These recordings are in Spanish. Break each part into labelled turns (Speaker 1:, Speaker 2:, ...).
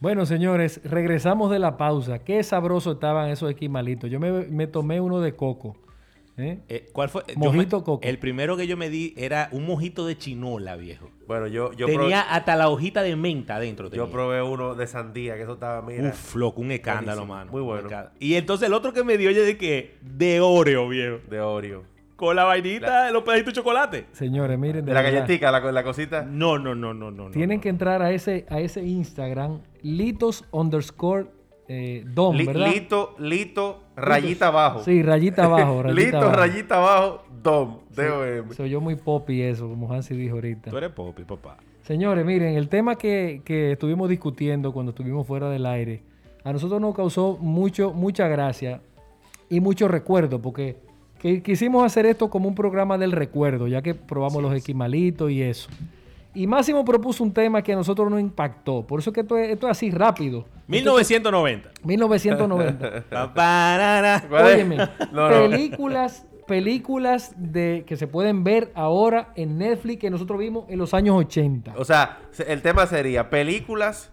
Speaker 1: Bueno, señores, regresamos de la pausa. Qué sabroso estaban esos esquimalitos. Yo me, me tomé uno de coco. ¿eh?
Speaker 2: Eh, ¿Cuál fue? Yo
Speaker 1: Mojito
Speaker 2: me-
Speaker 1: coco.
Speaker 2: El primero que yo me di era un mojito de chinola, viejo.
Speaker 3: Bueno, yo, yo,
Speaker 2: tenía hasta la hojita de menta adentro.
Speaker 3: probé, yo
Speaker 2: tenía.
Speaker 3: probé uno de sandía, que eso estaba, mira.
Speaker 2: Uf, loco, un escándalo,
Speaker 3: Buenísimo.
Speaker 2: mano.
Speaker 3: Muy bueno.
Speaker 2: Un escándalo. Y entonces el otro que me dio, oye, de que de Oreo, viejo.
Speaker 3: De Oreo.
Speaker 2: Con la vainita, los pedacitos de chocolate.
Speaker 1: Señores, miren.
Speaker 3: De la
Speaker 1: verdad,
Speaker 3: galletica, la, co- la cosita.
Speaker 2: No, no, no, no, no. no,
Speaker 1: Tienen
Speaker 2: no.
Speaker 1: que entrar a ese, a ese Instagram, litos underscore eh, dom,
Speaker 3: Li-
Speaker 1: ¿verdad?
Speaker 3: lito, lito, rayita abajo.
Speaker 1: Sí, rayita abajo. Rayita
Speaker 3: lito,
Speaker 1: abajo.
Speaker 3: rayita abajo, dom. D-O-M.
Speaker 1: Se oyó muy poppy eso, como Hansi dijo ahorita.
Speaker 2: Tú eres popi, papá.
Speaker 1: Señores, miren, el tema que, que estuvimos discutiendo cuando estuvimos fuera del aire, a nosotros nos causó mucho, mucha gracia y mucho recuerdo, porque que- quisimos hacer esto como un programa del recuerdo, ya que probamos los esquimalitos y eso. Y Máximo propuso un tema que a nosotros nos impactó, por eso es que esto es, esto es así rápido.
Speaker 2: 1990.
Speaker 1: 1990.
Speaker 2: Pa, pa, ra, ra.
Speaker 3: ¿Cuál es?
Speaker 1: Óyeme,
Speaker 3: No, no.
Speaker 1: películas, películas de, que se pueden ver ahora en Netflix que nosotros vimos en los años 80.
Speaker 3: O sea, se- el tema sería películas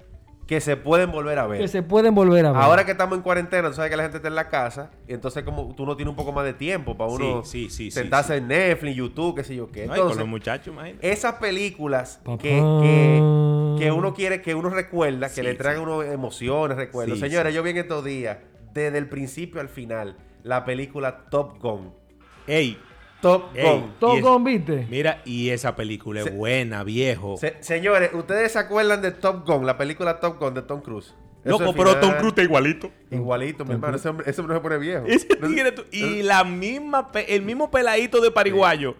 Speaker 3: que se pueden volver a ver.
Speaker 1: que se pueden volver a ver.
Speaker 3: Ahora que estamos en cuarentena, tú sabes que la gente está en la casa, y entonces como tú no tienes un poco más de tiempo para uno
Speaker 2: Sí, sí, sí, sí,
Speaker 3: sentarse en Netflix, YouTube, qué sé yo qué.
Speaker 2: No, y con
Speaker 3: Entonces,
Speaker 2: los muchachos, imagínate.
Speaker 3: esas películas que,
Speaker 1: Papá.
Speaker 3: que- que uno quiere, que uno recuerda, que
Speaker 2: Sí,
Speaker 3: le traigan uno emociones, recuerdos.
Speaker 2: Sí,
Speaker 3: Señores,
Speaker 2: sí.
Speaker 3: yo vi en estos días, desde el principio al final, la película Top Gun.
Speaker 2: Ey,
Speaker 3: Top
Speaker 2: Ey.
Speaker 3: Gun.
Speaker 1: Todo
Speaker 2: Y es-
Speaker 1: con, ¿viste?
Speaker 2: mira, y esa película es
Speaker 3: Se-
Speaker 2: buena, viejo.
Speaker 3: Se- señores, ¿ustedes se acuerdan de Top Gun? La película Top Gun de Tom Cruise. Eso
Speaker 2: Loco,
Speaker 3: es
Speaker 2: pero Tom
Speaker 3: final.
Speaker 2: Cruise está igualito.
Speaker 3: Igualito, mi hermano. Ese hombre, ese hombre se pone viejo.
Speaker 2: Ese
Speaker 3: No-
Speaker 2: tigre tú- y la misma pe- el mismo peladito de pariguayo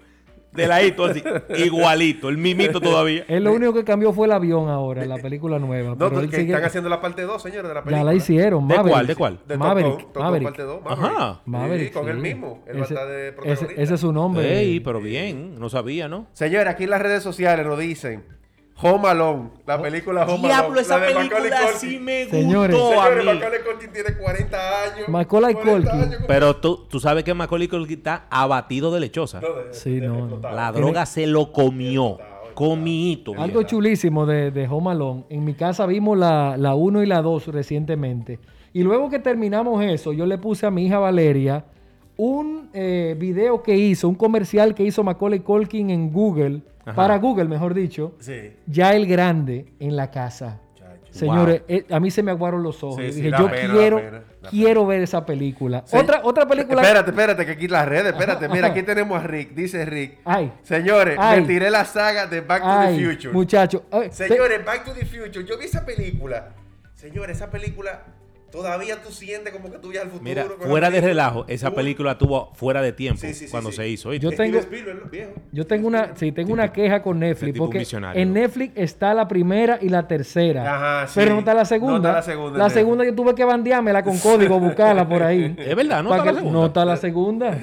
Speaker 2: de ladito así igualito el mimito todavía
Speaker 1: Él lo único que cambió fue el avión ahora, la película nueva.
Speaker 3: No,
Speaker 1: pero él
Speaker 3: porque
Speaker 1: sigue-
Speaker 3: están haciendo la parte 2, señores, de la película.
Speaker 1: ya la hicieron,
Speaker 2: ¿De cuál?
Speaker 1: Maverick.
Speaker 2: ¿De cuál?
Speaker 3: De Top Gun,
Speaker 1: Maverick.
Speaker 3: Top Gun
Speaker 1: Maverick.
Speaker 3: parte 2,
Speaker 2: Ajá.
Speaker 3: Sí,
Speaker 1: Maverick,
Speaker 3: con él
Speaker 1: sí.
Speaker 3: mismo. Él va a
Speaker 1: Ese-
Speaker 3: estar de
Speaker 1: ese,
Speaker 3: protagonista.
Speaker 1: ese es su nombre.
Speaker 2: Ey, pero bien no sabía no
Speaker 3: Señores, aquí en las redes sociales nos dicen Home Alone, la película Home
Speaker 2: Oh, diablo
Speaker 3: Alone.
Speaker 2: esa
Speaker 3: la de Macaulay
Speaker 2: película
Speaker 3: Culkin.
Speaker 2: sí me
Speaker 1: Señores.
Speaker 2: gustó a
Speaker 3: Señores,
Speaker 2: mí
Speaker 3: Macaulay Culkin tiene 40 años.
Speaker 1: Macaulay Culkin.
Speaker 3: años con-
Speaker 2: pero tú, tú sabes que Macaulay Culkin está abatido de lechosa
Speaker 3: No, de-
Speaker 1: Sí,
Speaker 3: de-
Speaker 1: no,
Speaker 3: explotado.
Speaker 2: la droga se lo comió comito
Speaker 1: Algo chulísimo de, de Home Alone. En mi casa vimos la, la 1 y la 2 recientemente. Y luego que terminamos eso, yo le puse a mi hija Valeria un eh, video que hizo, un comercial que hizo Macaulay Culkin en Google, para Google, mejor dicho,
Speaker 3: Sí.
Speaker 1: ya el grande en la casa.
Speaker 3: Chacho.
Speaker 1: Señores, eh, a mí se me aguaron los ojos.
Speaker 3: Sí,
Speaker 1: Y
Speaker 3: sí,
Speaker 1: dije,
Speaker 3: da
Speaker 1: yo
Speaker 3: pena,
Speaker 1: quiero,
Speaker 3: da pena, da
Speaker 1: quiero ver esa película.
Speaker 3: Sí.
Speaker 1: Otra, otra película.
Speaker 3: Espérate, espérate, que aquí las redes, espérate. Mira,
Speaker 1: ajá.
Speaker 3: aquí tenemos a Rick, dice Rick.
Speaker 1: Ay.
Speaker 3: Señores,
Speaker 1: Ay.
Speaker 3: me tiré la saga de Back to the
Speaker 1: Ay, eh,
Speaker 3: Future.
Speaker 1: muchachos.
Speaker 3: Señores, Back to the Future, yo vi esa película. Señores, esa película todavía tú sientes como que tú ya al futuro.
Speaker 2: mira
Speaker 3: con esa
Speaker 2: fuera de
Speaker 3: película.
Speaker 2: relajo esa
Speaker 3: Uy,
Speaker 2: película tuvo fuera de tiempo
Speaker 3: Sí, sí, sí,
Speaker 2: cuando
Speaker 3: sí.
Speaker 2: se hizo
Speaker 1: Yo
Speaker 2: ¿oíste?
Speaker 3: Steven
Speaker 1: tengo-
Speaker 3: Spielberg, ¿no? viejo.
Speaker 1: Yo tengo una,
Speaker 3: este
Speaker 1: sí, tengo una queja con Netflix,
Speaker 2: tipo un
Speaker 1: porque
Speaker 2: visionario.
Speaker 1: en Netflix está la primera y la tercera,
Speaker 3: Ajá, sí.
Speaker 1: pero no está la segunda.
Speaker 3: No está la segunda en
Speaker 1: La
Speaker 3: Netflix.
Speaker 1: segunda yo tuve que bandeármela con código, buscarla por ahí.
Speaker 2: es verdad no
Speaker 1: Pa'
Speaker 2: está la
Speaker 1: que-
Speaker 2: segunda
Speaker 1: No está la segunda.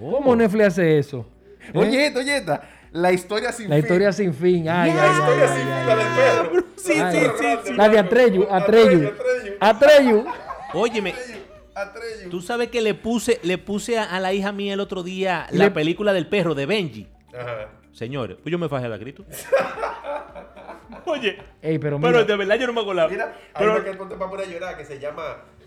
Speaker 1: ¿Cómo Netflix hace eso? ¿Eh?
Speaker 3: Oye, esta, oye, esta. La historia sin
Speaker 1: la
Speaker 3: fin.
Speaker 1: historia sin fin. Ay,
Speaker 3: La
Speaker 1: ay, ay,
Speaker 3: historia
Speaker 1: ay,
Speaker 3: sin
Speaker 1: ay,
Speaker 3: fin, la del perro.
Speaker 2: Sí,
Speaker 3: La
Speaker 1: sí,
Speaker 3: del perro
Speaker 2: sí,
Speaker 3: grande,
Speaker 2: sí.
Speaker 1: La de Atreyu,
Speaker 3: loco.
Speaker 1: Atreyu.
Speaker 3: Atreyu,
Speaker 1: Atreyu.
Speaker 2: óyeme
Speaker 3: Atreyu, Atreyu.
Speaker 2: Tú sabes que le puse, le puse a, a la hija mía el otro día
Speaker 1: Y
Speaker 2: la
Speaker 1: le-
Speaker 2: película del perro de Benji.
Speaker 3: Ajá.
Speaker 2: Señores, pues yo me fajé a la grito. Oye,
Speaker 1: Ey, pero mira,
Speaker 2: verdad yo no me acordaba.
Speaker 3: Mira, hay una que ponte para poner a llorar que se llama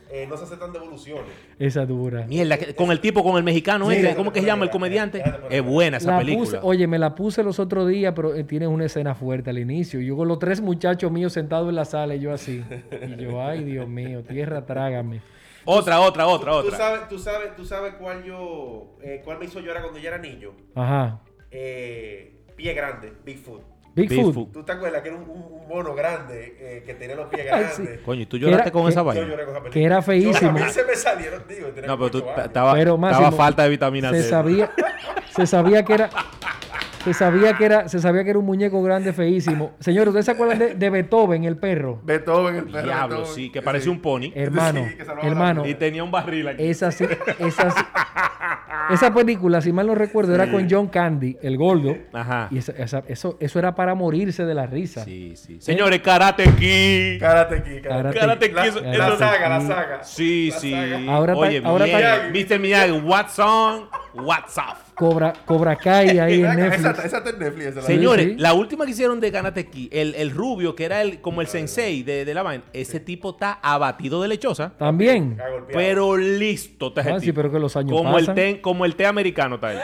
Speaker 3: eh, No se aceptan devoluciones.
Speaker 1: esa dura.
Speaker 2: Mierda, que- con el tipo, con el mexicano
Speaker 3: Sí,
Speaker 2: ese,
Speaker 3: ya
Speaker 2: ¿cómo
Speaker 3: te
Speaker 2: que se
Speaker 3: pone
Speaker 2: llama el
Speaker 3: llorar,
Speaker 2: comediante?
Speaker 3: ya te pone
Speaker 2: Es buena esa
Speaker 1: La puse,
Speaker 2: película.
Speaker 1: oye, me la puse los otros días, pero eh, tienes una escena fuerte al inicio. Yo con los tres muchachos míos sentados en la sala y yo así. Y yo, ay, Dios mío, tierra, trágame.
Speaker 2: otra, otra, otra,
Speaker 3: Tú
Speaker 2: otra.
Speaker 3: sabes, tú sabes, tú sabes cuál yo, eh, cuál me hizo llorar cuando yo era niño.
Speaker 1: Ajá.
Speaker 3: Eh, pie grande, Bigfoot.
Speaker 1: Bigfoot.
Speaker 2: Bigfoot.
Speaker 3: ¿Tú te acuerdas que era un, un- un mono grande eh, que tenía los pies
Speaker 1: Ay,
Speaker 3: grandes?
Speaker 1: sí.
Speaker 2: Coño, ¿y tú
Speaker 1: Que
Speaker 2: lloraste
Speaker 1: era-
Speaker 2: con
Speaker 1: que-
Speaker 2: esa
Speaker 3: Yo
Speaker 2: vaina?
Speaker 3: lloré con esa película.
Speaker 1: Que era feísimo.
Speaker 3: Yo, a mí se me salieron, digo, tenía
Speaker 2: No, pero tú
Speaker 3: ocho años.
Speaker 2: estaba,
Speaker 1: Pero, Máximo,
Speaker 2: estaba falta de vitamina
Speaker 1: Se
Speaker 2: C.
Speaker 1: sabía, se sabía que era. Se sabía que era, se sabía que era un muñeco grande feísimo. Señores, ¿ustedes se acuerdan de, de Beethoven, el perro?
Speaker 3: Beethoven, el perro.
Speaker 2: Diablo,
Speaker 3: Beethoven.
Speaker 2: sí, que parece un pony.
Speaker 1: Hermano,
Speaker 3: Sí, que salvaba la
Speaker 1: hermano.
Speaker 2: Y tenía un barril aquí.
Speaker 1: Esa, sí- esa, sí- esa película, si mal no recuerdo, era con John Candy, el gordo.
Speaker 2: Ajá.
Speaker 1: Y esa- esa- eso, eso era para morirse de la risa.
Speaker 2: Sí,
Speaker 1: Eh.
Speaker 2: sí. Señores, Karate Kid.
Speaker 3: Karate Kid, Karate
Speaker 2: Karate
Speaker 3: Kid. La,
Speaker 2: Kid.
Speaker 3: la
Speaker 2: eso-
Speaker 3: saga, la saga.
Speaker 2: Sí,
Speaker 3: La
Speaker 2: sí.
Speaker 3: saga.
Speaker 1: Ahora está-
Speaker 2: Oye,
Speaker 1: ahora
Speaker 2: Miyagi.
Speaker 3: está-
Speaker 2: Mr. Miyagi, what's on, what's off.
Speaker 1: Cobra, Cobra Kai ahí en
Speaker 3: Esa-
Speaker 1: Netflix.
Speaker 3: Esa, esa está en Netflix. Esa la vi.
Speaker 2: Señores,
Speaker 1: sí.
Speaker 2: la última que hicieron de Karate Kid, el, el rubio, que era el como el sensei de, de la vaina, ese tipo está abatido de lechosa,
Speaker 1: También.
Speaker 3: Ha golpeado.
Speaker 2: pero listo está ese
Speaker 1: Ah, sí,
Speaker 2: tipo.
Speaker 1: pero que los años
Speaker 2: como
Speaker 1: pasan.
Speaker 2: El té, como el té americano está él.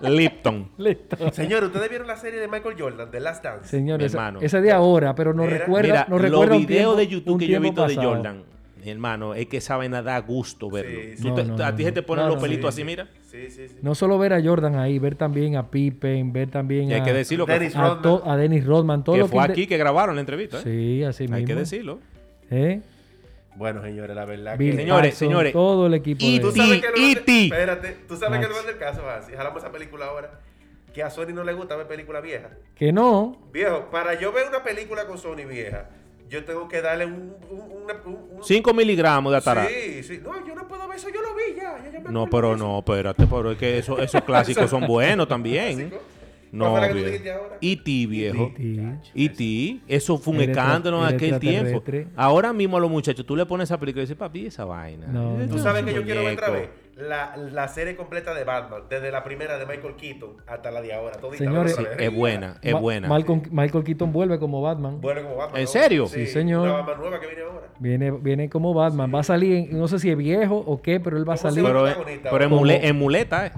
Speaker 2: Lipton.
Speaker 1: Listo.
Speaker 3: Señores, ¿ustedes vieron la serie de Michael Jordan, The Last Dance?
Speaker 1: Señores,
Speaker 2: Mi
Speaker 1: esa,
Speaker 2: hermano.
Speaker 1: esa de ahora, pero nos
Speaker 3: Mira,
Speaker 1: recuerda,
Speaker 2: Mira,
Speaker 1: nos recuerda
Speaker 2: los
Speaker 1: un tiempo-
Speaker 2: videos de YouTube
Speaker 1: un
Speaker 2: que yo he visto
Speaker 1: tiempo pasado.
Speaker 2: de Jordan, mi hermano, es que saben nada da gusto verlo.
Speaker 3: Sí, sí.
Speaker 2: Tú
Speaker 1: No,
Speaker 2: te-
Speaker 1: no,
Speaker 2: tú- a
Speaker 1: no,
Speaker 2: ti se te
Speaker 1: no.
Speaker 2: ponen
Speaker 1: No,
Speaker 2: los
Speaker 1: no,
Speaker 2: pelitos
Speaker 3: sí,
Speaker 2: así, mira.
Speaker 3: Sí, sí, sí.
Speaker 1: No solo ver a Jordan ahí, ver también a Pippen, ver también
Speaker 2: Y hay
Speaker 1: a,
Speaker 2: que decirlo que,
Speaker 3: Dennis
Speaker 1: a
Speaker 3: Rodman.
Speaker 1: to- a Dennis Rodman, todo
Speaker 2: que
Speaker 1: lo que
Speaker 2: fue
Speaker 1: inte-
Speaker 2: aquí que grabaron la entrevista. ¿eh?
Speaker 1: Sí, así mismo.
Speaker 2: Hay que decirlo.
Speaker 1: ¿Eh?
Speaker 3: Bueno, señores, la verdad
Speaker 1: Bill
Speaker 3: que...
Speaker 2: Señores,
Speaker 1: Paxton,
Speaker 2: señores.
Speaker 1: Todo el equipo.
Speaker 2: Y
Speaker 1: de-
Speaker 3: ¿Tú sabes que lo
Speaker 2: E.T.,
Speaker 3: más-
Speaker 2: E.T..
Speaker 3: Espérate, tú sabes que lo
Speaker 1: Max.
Speaker 3: más del caso va así. Jalamos esa película ahora. Que a Sony no le gusta ver películas viejas.
Speaker 1: Que no.
Speaker 3: Viejo, para yo ver una película con Sony vieja, yo tengo que darle un... un, una- un- un-
Speaker 2: 5 miligramos de atará.
Speaker 3: Sí, sí. No, yo no puedo ver eso, yo lo vi ya. ya yo me
Speaker 2: No,
Speaker 3: acuerdo de
Speaker 2: pero
Speaker 3: eso.
Speaker 2: no, espérate, pero es que esos, esos clásicos son buenos también.
Speaker 3: ¿Clásico?
Speaker 2: No,
Speaker 3: ¿Cuál fue la que tú dijiste
Speaker 2: viejo.
Speaker 3: ahora?
Speaker 2: E.T., viejo.
Speaker 1: Sí.
Speaker 2: E.T., eso fue un
Speaker 1: Era tra-
Speaker 2: escándalo en
Speaker 1: era
Speaker 2: aquel tiempo.
Speaker 1: extraterrestre.
Speaker 2: Ahora mismo a los muchachos, tú le pones esa película y dices, papi, esa vaina.
Speaker 1: No,
Speaker 2: Eso
Speaker 1: no.
Speaker 2: es
Speaker 3: Tú
Speaker 2: un
Speaker 3: sabes que yo quiero ver
Speaker 2: muñeco.
Speaker 3: otra vez la, la serie completa de Batman, desde la primera de Michael Keaton hasta la de ahora. Todita,
Speaker 1: Señores, eh,
Speaker 3: otra vez.
Speaker 2: Es buena, es
Speaker 1: Ma-
Speaker 2: buena.
Speaker 1: Malcolm- Michael Keaton vuelve como Batman.
Speaker 3: Bueno, como Batman.
Speaker 2: ¿En
Speaker 3: ¿no?
Speaker 2: serio?
Speaker 1: Sí, señor.
Speaker 3: La Batman nueva que viene ahora.
Speaker 1: Viene, viene como Batman. Va a salir, en- no sé si es viejo o qué, pero él va a
Speaker 3: ¿Cómo se
Speaker 1: salir.
Speaker 3: llama?
Speaker 2: Pero,
Speaker 3: protagonista,
Speaker 2: pero en,
Speaker 1: ¿cómo?
Speaker 2: mule- en muleta. eh.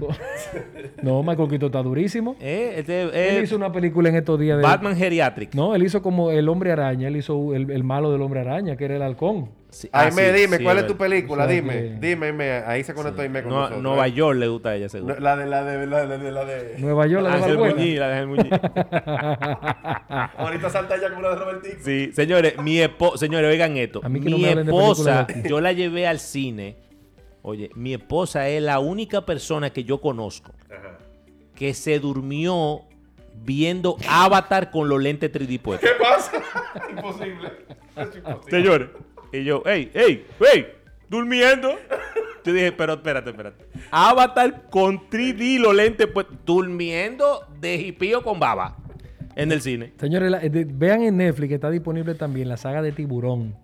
Speaker 1: No, Michael Keaton está durísimo.
Speaker 2: Eh, este, eh,
Speaker 1: Él hizo una película en estos días de.
Speaker 2: Batman Geriatric.
Speaker 1: No, él hizo como el hombre araña. Él hizo el, el malo del hombre araña, que era el halcón.
Speaker 2: Sí, ah,
Speaker 3: Aime,
Speaker 2: sí,
Speaker 3: dime,
Speaker 2: sí,
Speaker 3: ¿cuál es
Speaker 2: verdad.
Speaker 3: tu película?
Speaker 1: O sea
Speaker 3: dime,
Speaker 1: que-
Speaker 3: dime, Aime. Ahí se conectó Aime con
Speaker 2: No-
Speaker 3: nosotros.
Speaker 2: Nueva
Speaker 3: ¿eh?
Speaker 2: York le gusta a ella, seguro.
Speaker 3: No, La de, la de, la de, la de...
Speaker 1: Nueva York, la de
Speaker 2: Ah, es el
Speaker 1: Balbuena.
Speaker 2: Muñiz, la de el Muñiz.
Speaker 3: Ahorita salta ya como la de Robertico.
Speaker 2: Sí, señores, mi esposa, señores, oigan esto.
Speaker 1: A mí que
Speaker 2: mi
Speaker 1: no me hablen de
Speaker 2: esposa,
Speaker 1: películas de
Speaker 2: yo la llevé al cine. Oye, mi esposa es la única persona que yo conozco
Speaker 3: Ajá.
Speaker 2: que se durmió viendo Avatar con los lentes 3D puestos.
Speaker 3: ¿Qué pasa? imposible. Es imposible.
Speaker 2: Señores, y yo, hey, hey, hey, durmiendo. Yo dije, pero espérate, espérate. Avatar con 3D los lentes puestos, durmiendo de hipío con baba en el cine.
Speaker 1: Señores, la- de- vean en Netflix que está disponible también la saga de Tiburón.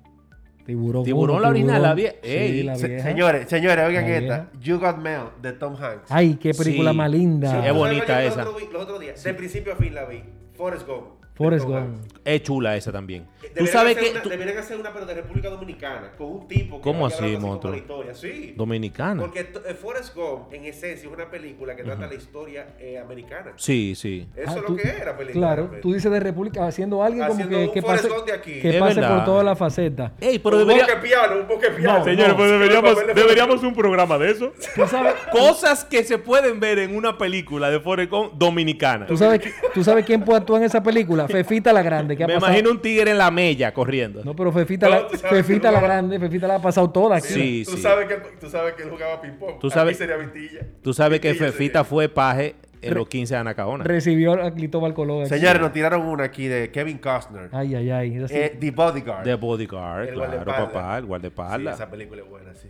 Speaker 1: Tiburón.
Speaker 2: Tiburón,
Speaker 1: uno,
Speaker 2: la original, la vie-
Speaker 1: Sí,
Speaker 2: Ey,
Speaker 1: la
Speaker 3: Se-
Speaker 1: vieja.
Speaker 3: señores, señores, oigan
Speaker 1: La
Speaker 3: esta. You Got Mail de Tom Hanks.
Speaker 1: Ay, qué película
Speaker 2: Sí.
Speaker 1: más linda.
Speaker 2: Sí, es bonita
Speaker 3: Yo los
Speaker 2: esa.
Speaker 3: otro vi- Los otros días, de principio a fin la vi. Forrest Gump. de
Speaker 1: Forrest
Speaker 3: Tom
Speaker 1: Gump.
Speaker 3: Hanks.
Speaker 2: Es chula esa también. Tú
Speaker 3: Deberían
Speaker 2: sabes
Speaker 3: hacer
Speaker 2: que...
Speaker 3: una-
Speaker 2: tú-
Speaker 3: Deberían hacer una, pero de República Dominicana, con un tipo. que
Speaker 2: ¿Cómo
Speaker 3: vaya
Speaker 2: así,
Speaker 3: hablando como
Speaker 2: monstruo?
Speaker 3: la historia. Sí.
Speaker 2: Dominicana.
Speaker 3: Porque to- eh, Forrest Gump, en esencia, es una película que trata la historia eh, americana.
Speaker 2: Sí, sí.
Speaker 3: Eso
Speaker 1: Ah,
Speaker 3: es lo
Speaker 1: tú-
Speaker 3: que era película. pues.
Speaker 1: Claro,
Speaker 3: realmente.
Speaker 1: tú dices de República, haciendo alguien como
Speaker 3: Haciendo
Speaker 1: que,
Speaker 3: un
Speaker 1: que
Speaker 3: Forrest
Speaker 1: pase,
Speaker 3: Gump de aquí.
Speaker 1: que
Speaker 2: Es
Speaker 1: pase
Speaker 2: verdad.
Speaker 1: por todas las facetas.
Speaker 2: Ey, pero
Speaker 3: Un
Speaker 2: debería...
Speaker 3: buque piano, un buque piano.
Speaker 2: Señores, pues deberíamos,
Speaker 3: Papel de-
Speaker 2: deberíamos un programa de eso.
Speaker 1: ¿Tú sabes,
Speaker 2: Cosas que se pueden ver en una película de Forrest Gump dominicana.
Speaker 1: tú sabes, qui- tú sabes quién puede actuar en esa película? Fefita la Grande. Que ha
Speaker 2: Me
Speaker 1: pasado-
Speaker 2: imagino un tigre en la mella corriendo.
Speaker 1: No, pero Fefita,
Speaker 3: No,
Speaker 1: la,
Speaker 3: tú sabes
Speaker 1: Fefita
Speaker 3: que
Speaker 1: la
Speaker 3: no.
Speaker 1: Grande, Fefita la ha pasado toda aquí.
Speaker 2: Sí,
Speaker 3: tú
Speaker 2: sí.
Speaker 3: Sabes que, él- tú sabes que él jugaba ping-pong.
Speaker 2: Tú sabes-
Speaker 3: Aquí sería Vitilla.
Speaker 2: Tú sabes que
Speaker 3: Vitilla
Speaker 2: Fefita
Speaker 3: sería.
Speaker 2: fue paje en los 15 de Anacaona.
Speaker 1: Recibió a Cristóbal Colón. aquí.
Speaker 3: Señores, nos tiraron una aquí de Kevin Costner.
Speaker 2: Ah,
Speaker 1: Ay, ay, ay. es así.
Speaker 3: Eh, The Bodyguard.
Speaker 2: De Bodyguard,
Speaker 3: El
Speaker 2: claro,
Speaker 3: guardaespaldas.
Speaker 2: papá, el
Speaker 3: Sí,
Speaker 2: guardaespaldas.
Speaker 3: esa película es buena, sí.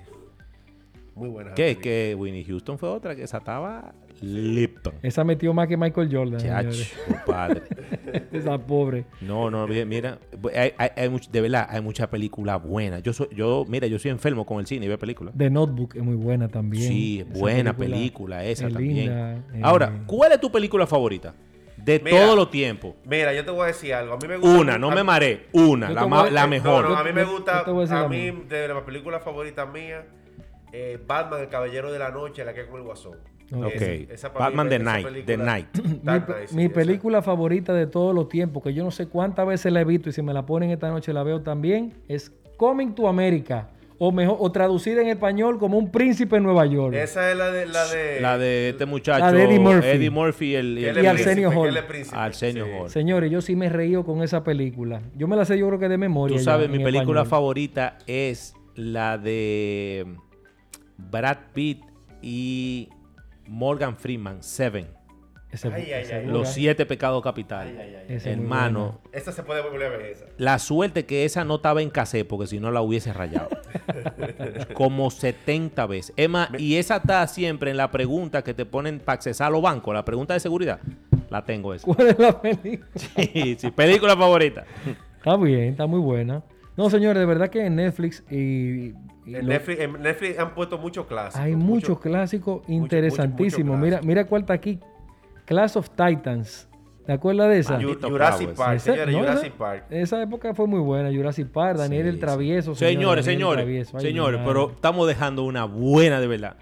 Speaker 3: Muy buena. esa
Speaker 2: que,
Speaker 3: película.
Speaker 2: que Winnie Houston fue otra que desataba Lipton.
Speaker 1: Esa metió más que Michael Jordan.
Speaker 2: Chacho,
Speaker 1: señores.
Speaker 2: compadre.
Speaker 1: Esa pobre.
Speaker 2: No, no, mira, mira, hay, hay- hay much- de verdad, hay muchas películas buenas. Yo soy, yo, mira, yo soy enfermo con el cine y veo películas.
Speaker 1: The Notebook es muy buena también.
Speaker 2: Sí,
Speaker 1: Esa
Speaker 2: buena película, esa
Speaker 1: es
Speaker 2: también.
Speaker 1: linda, eh.
Speaker 2: Ahora, ¿cuál es tu película favorita? De
Speaker 3: Mira. Ah,
Speaker 2: todos los tiempos.
Speaker 3: Mira, yo te voy a decir algo. A mí me gusta.
Speaker 2: Una, no
Speaker 3: a-
Speaker 2: me mareé. Una,
Speaker 1: Yo
Speaker 2: la,
Speaker 1: te
Speaker 2: ma-
Speaker 1: voy a-
Speaker 2: la
Speaker 1: no,
Speaker 2: mejor.
Speaker 3: No, no, a mí me
Speaker 1: Yo- yo
Speaker 3: gusta.
Speaker 1: te voy a decir
Speaker 3: a,
Speaker 1: la
Speaker 3: mí,
Speaker 1: mía.
Speaker 3: de la película favorita mía, eh, Batman, el Caballero de la Noche, la que es con el Guasón.
Speaker 1: Ok.
Speaker 3: Esa- esa para
Speaker 2: Batman
Speaker 3: mí,
Speaker 2: The
Speaker 3: esa
Speaker 2: Night,
Speaker 3: película-
Speaker 2: The Night.
Speaker 1: Mi,
Speaker 3: Dark Knight, sí,
Speaker 1: mi
Speaker 3: esa.
Speaker 1: película favorita de todos los tiempos, que yo no sé cuántas veces la he visto y si me la ponen esta noche la veo también, es Coming to America. O mejor, o traducida en español como Un Príncipe en Nueva York.
Speaker 3: Esa es la de. La de,
Speaker 2: La de este muchacho.
Speaker 1: La de Eddie Murphy.
Speaker 2: Eddie Murphy y el, y
Speaker 3: que él
Speaker 2: el-
Speaker 3: es
Speaker 1: Y Arsenio
Speaker 3: príncipe, que
Speaker 1: Hall.
Speaker 3: él es príncipe.
Speaker 2: Arsenio
Speaker 3: Sí.
Speaker 2: Hall.
Speaker 1: Señores, yo sí me he reído con esa película. Yo me la sé, yo creo que de memoria.
Speaker 2: Tú
Speaker 1: ya,
Speaker 2: sabes,
Speaker 1: en
Speaker 2: mi película
Speaker 1: español.
Speaker 2: favorita es la de Brad Pitt y Morgan Freeman, Seven.
Speaker 1: Ese-
Speaker 3: Ay, ay,
Speaker 1: ese
Speaker 3: ay.
Speaker 1: dura.
Speaker 2: Los siete pecados capitales.
Speaker 3: Ay, ay, ay, ay.
Speaker 1: Ese es muy
Speaker 2: Hermano,
Speaker 3: Esa se puede volver a ver esa.
Speaker 2: la suerte que esa no estaba en casé, porque si no la hubiese rayado. Como 70 veces. Emma, y esa está siempre en la pregunta que te ponen para accesar a los bancos, la pregunta de seguridad. La tengo esa.
Speaker 1: ¿Cuál es la película?
Speaker 2: sí, sí, película favorita.
Speaker 1: Está bien, está muy buena. No, señores, de verdad que en Netflix y... y
Speaker 3: En
Speaker 1: lo-
Speaker 3: Netflix, en Netflix han puesto muchos clásicos.
Speaker 1: Hay muchos clásicos interesantísimos.
Speaker 3: mucho
Speaker 1: mira, mira cuál está aquí. Class of Titans. ¿Te acuerdas de esa?
Speaker 3: Ju-
Speaker 2: Maldito
Speaker 3: Jurassic
Speaker 2: Cowboys.
Speaker 3: Park,
Speaker 1: Esa-
Speaker 3: señores,
Speaker 1: no,
Speaker 3: Jurassic
Speaker 1: esa-
Speaker 3: Park.
Speaker 1: Esa época fue muy buena. Jurassic Park, Daniel
Speaker 2: Sí,
Speaker 1: el
Speaker 2: sí.
Speaker 1: Travieso.
Speaker 2: Señores,
Speaker 1: Daniel el
Speaker 2: señores,
Speaker 1: Travieso. Ay, mi
Speaker 2: señores,
Speaker 1: madre.
Speaker 2: pero estamos dejando una buena de verdad.